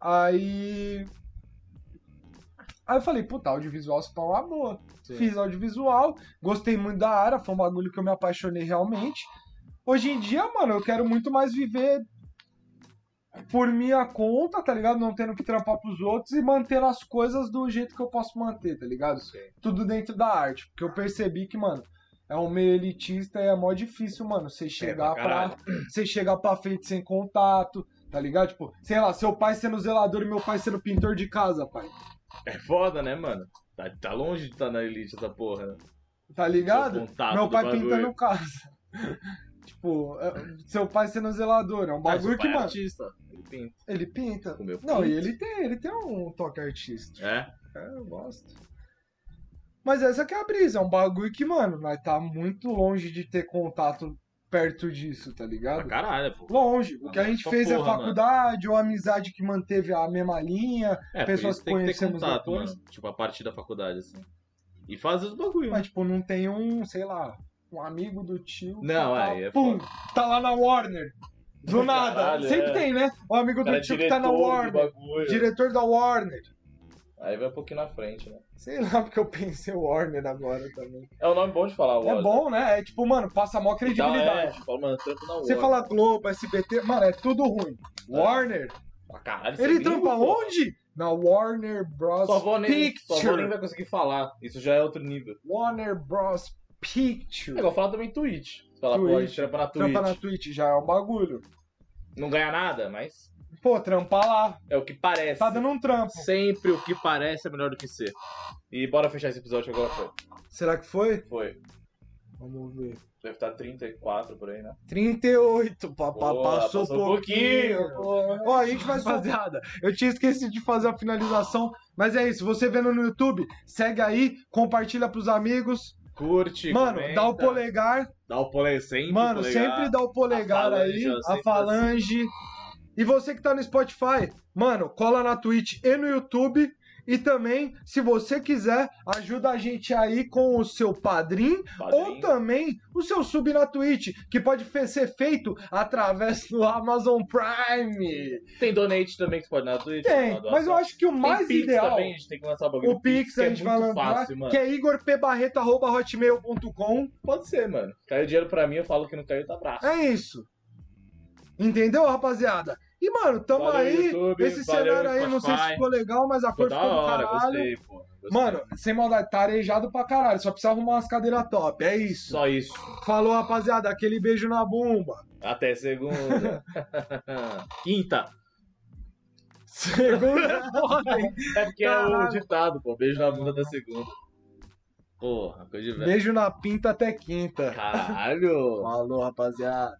[SPEAKER 2] Aí. Aí eu falei, puta, audiovisual se pá é uma boa.
[SPEAKER 1] Sim.
[SPEAKER 2] Fiz audiovisual, gostei muito da área, foi um bagulho que eu me apaixonei realmente. Hoje em dia, mano, eu quero muito mais viver por minha conta, tá ligado? Não tendo que trampar pros outros e mantendo as coisas do jeito que eu posso manter, tá ligado? Tudo dentro da arte. Porque eu percebi que, mano, é um meio elitista e é mó difícil, mano, você chegar
[SPEAKER 1] pra
[SPEAKER 2] pra.
[SPEAKER 1] caralho.
[SPEAKER 2] Você chegar pra frente sem contato, tá ligado? Tipo, sei lá, seu pai sendo zelador e meu pai sendo pintor de casa, pai.
[SPEAKER 1] É foda, né, mano? Tá, tá longe de estar na elite essa porra, né?
[SPEAKER 2] Tá ligado?
[SPEAKER 1] Seu contato
[SPEAKER 2] Meu
[SPEAKER 1] do
[SPEAKER 2] pai
[SPEAKER 1] bagulho.
[SPEAKER 2] pintando casa. tipo, é, seu pai sendo zelador. É um
[SPEAKER 1] Ah, seu
[SPEAKER 2] bagulho que,
[SPEAKER 1] pai é
[SPEAKER 2] mano,
[SPEAKER 1] artista. Ele pinta.
[SPEAKER 2] ele pinta.
[SPEAKER 1] Comeu
[SPEAKER 2] Não,
[SPEAKER 1] pinto.
[SPEAKER 2] e ele tem, ele tem um toque artístico.
[SPEAKER 1] É?
[SPEAKER 2] É, eu gosto. Mas essa que é a brisa, é um bagulho que, mano, nós tá muito longe de ter contato perto disso, tá
[SPEAKER 1] Pra
[SPEAKER 2] ligado?
[SPEAKER 1] caralho, pô.
[SPEAKER 2] Longe. O que a gente
[SPEAKER 1] Essa
[SPEAKER 2] fez é
[SPEAKER 1] porra, mano.
[SPEAKER 2] faculdade, ou amizade que manteve a mesma linha.
[SPEAKER 1] É, por
[SPEAKER 2] Pessoas
[SPEAKER 1] isso tem que ter
[SPEAKER 2] conhecemos
[SPEAKER 1] contato,
[SPEAKER 2] depois.
[SPEAKER 1] mano. Tipo, a partir da faculdade, assim. E fazer os bagulho, né?
[SPEAKER 2] Mas, tipo, não tem um, sei lá, um amigo do tio. que
[SPEAKER 1] Não,
[SPEAKER 2] tá,
[SPEAKER 1] aí é
[SPEAKER 2] Pum, tá lá na Warner. Do nada.
[SPEAKER 5] Caralho,
[SPEAKER 2] Sempre
[SPEAKER 5] é.
[SPEAKER 2] tem, né? O amigo
[SPEAKER 5] O
[SPEAKER 2] do
[SPEAKER 5] cara é
[SPEAKER 2] tio que tá na
[SPEAKER 5] diretor do
[SPEAKER 2] Warner.
[SPEAKER 5] bagulho.
[SPEAKER 2] Diretor da Warner.
[SPEAKER 1] Aí vai um pouquinho na frente, né?
[SPEAKER 2] Sei lá, porque eu pensei Warner agora também.
[SPEAKER 5] É um nome bom de falar,
[SPEAKER 2] É
[SPEAKER 5] Wallace.
[SPEAKER 2] bom, né? É tipo, mano, passa
[SPEAKER 1] Então,
[SPEAKER 2] a maior
[SPEAKER 5] Dá-
[SPEAKER 2] credibilidade.
[SPEAKER 1] tipo,
[SPEAKER 5] é, fala, mano, tanto na Wallace.
[SPEAKER 2] Você fala Globo, SBT, mano, é tudo ruim. Warner.
[SPEAKER 1] Pra caralho, isso é
[SPEAKER 2] Ele
[SPEAKER 1] gringo,
[SPEAKER 2] trampa
[SPEAKER 1] pô.
[SPEAKER 2] onde? Na Warner Bros.
[SPEAKER 1] Sua avó, nem, sua avó nem
[SPEAKER 2] Picture.
[SPEAKER 1] vai conseguir falar. Isso já é outro nível.
[SPEAKER 2] Warner Bros.
[SPEAKER 1] É
[SPEAKER 2] Picture.
[SPEAKER 1] igual falar também Twitch. Fala, pô, a
[SPEAKER 2] Twitch.
[SPEAKER 1] gente trampa na Twitch.
[SPEAKER 2] Trampa na Twitch já é um bagulho.
[SPEAKER 1] Não ganha nada, mas
[SPEAKER 2] Pô, trampar lá.
[SPEAKER 1] é o que parece.
[SPEAKER 2] Tá dando um trampo.
[SPEAKER 1] Sempre o que parece é melhor do que ser. E bora fechar esse episódio agora, foi.
[SPEAKER 2] Será que foi?
[SPEAKER 1] Foi.
[SPEAKER 2] Vamos ver.
[SPEAKER 1] Deve estar 34 por aí, né?
[SPEAKER 2] 38, papá,
[SPEAKER 1] Boa,
[SPEAKER 2] passou, um
[SPEAKER 1] passou um
[SPEAKER 2] pouquinho.
[SPEAKER 1] pouquinho, boa.
[SPEAKER 2] Ó, a gente vai rapaziada. Eu tinha esquecido de fazer a finalização, mas é isso. Você vendo no YouTube, segue aí, compartilha pros amigos.
[SPEAKER 1] Curte,
[SPEAKER 2] Mano,
[SPEAKER 1] comenta,
[SPEAKER 2] dá o polegar.
[SPEAKER 1] Dá o tá polegar, sempre
[SPEAKER 2] Mano,
[SPEAKER 1] o polegar.
[SPEAKER 2] sempre dá o polegar
[SPEAKER 1] A falange,
[SPEAKER 2] aí,
[SPEAKER 1] ó,
[SPEAKER 2] a
[SPEAKER 1] sempre
[SPEAKER 2] falange. E você que tá no Spotify, mano, cola na Twitch e no YouTube E também, se você quiser, ajuda a gente aí com o seu padrinho ou
[SPEAKER 1] Padrinho.
[SPEAKER 2] também o seu sub na Twitch, que pode fe- ser feito através do Amazon Prime.
[SPEAKER 1] Tem donate também que você pode dar na Twitch.
[SPEAKER 2] Tem, mas eu acho que o mais
[SPEAKER 1] Pix
[SPEAKER 2] ideal.
[SPEAKER 1] também, a gente tem que lançar o bagulho.
[SPEAKER 2] O Pix,
[SPEAKER 1] que
[SPEAKER 2] a gente
[SPEAKER 1] é
[SPEAKER 2] vai
[SPEAKER 1] muito
[SPEAKER 2] lançar,
[SPEAKER 1] fácil, mano.
[SPEAKER 2] que é igorp.hotmail.com.
[SPEAKER 1] Pode ser, mano. Caiu dinheiro pra mim, eu falo que não caiu, tá braço.
[SPEAKER 2] É isso. Entendeu, rapaziada? E, mano, tamo
[SPEAKER 1] Valeu,
[SPEAKER 2] aí.
[SPEAKER 1] YouTube.
[SPEAKER 2] Esse
[SPEAKER 1] Valeu,
[SPEAKER 2] cenário aí, não sei se
[SPEAKER 1] Spotify.
[SPEAKER 2] ficou legal, mas a
[SPEAKER 1] Pô,
[SPEAKER 2] cor
[SPEAKER 1] da
[SPEAKER 2] ficou do
[SPEAKER 1] hora,
[SPEAKER 2] caralho.
[SPEAKER 1] gostei, pô. Gostei.
[SPEAKER 2] Mano, sem maldade, tá arejado pra caralho. Só precisa arrumar umas cadeiras top. É isso.
[SPEAKER 1] Só isso.
[SPEAKER 2] Falou, rapaziada. Aquele beijo na bomba.
[SPEAKER 1] Até segunda. Quinta.
[SPEAKER 2] Segunda é foda, hein?
[SPEAKER 1] É porque é o
[SPEAKER 2] Caralho.
[SPEAKER 1] ditado, pô. Beijo na bunda até segunda. Porra, coisa de velho.
[SPEAKER 2] Beijo na pinta até quinta.
[SPEAKER 1] Caralho.
[SPEAKER 2] Falou, rapaziada.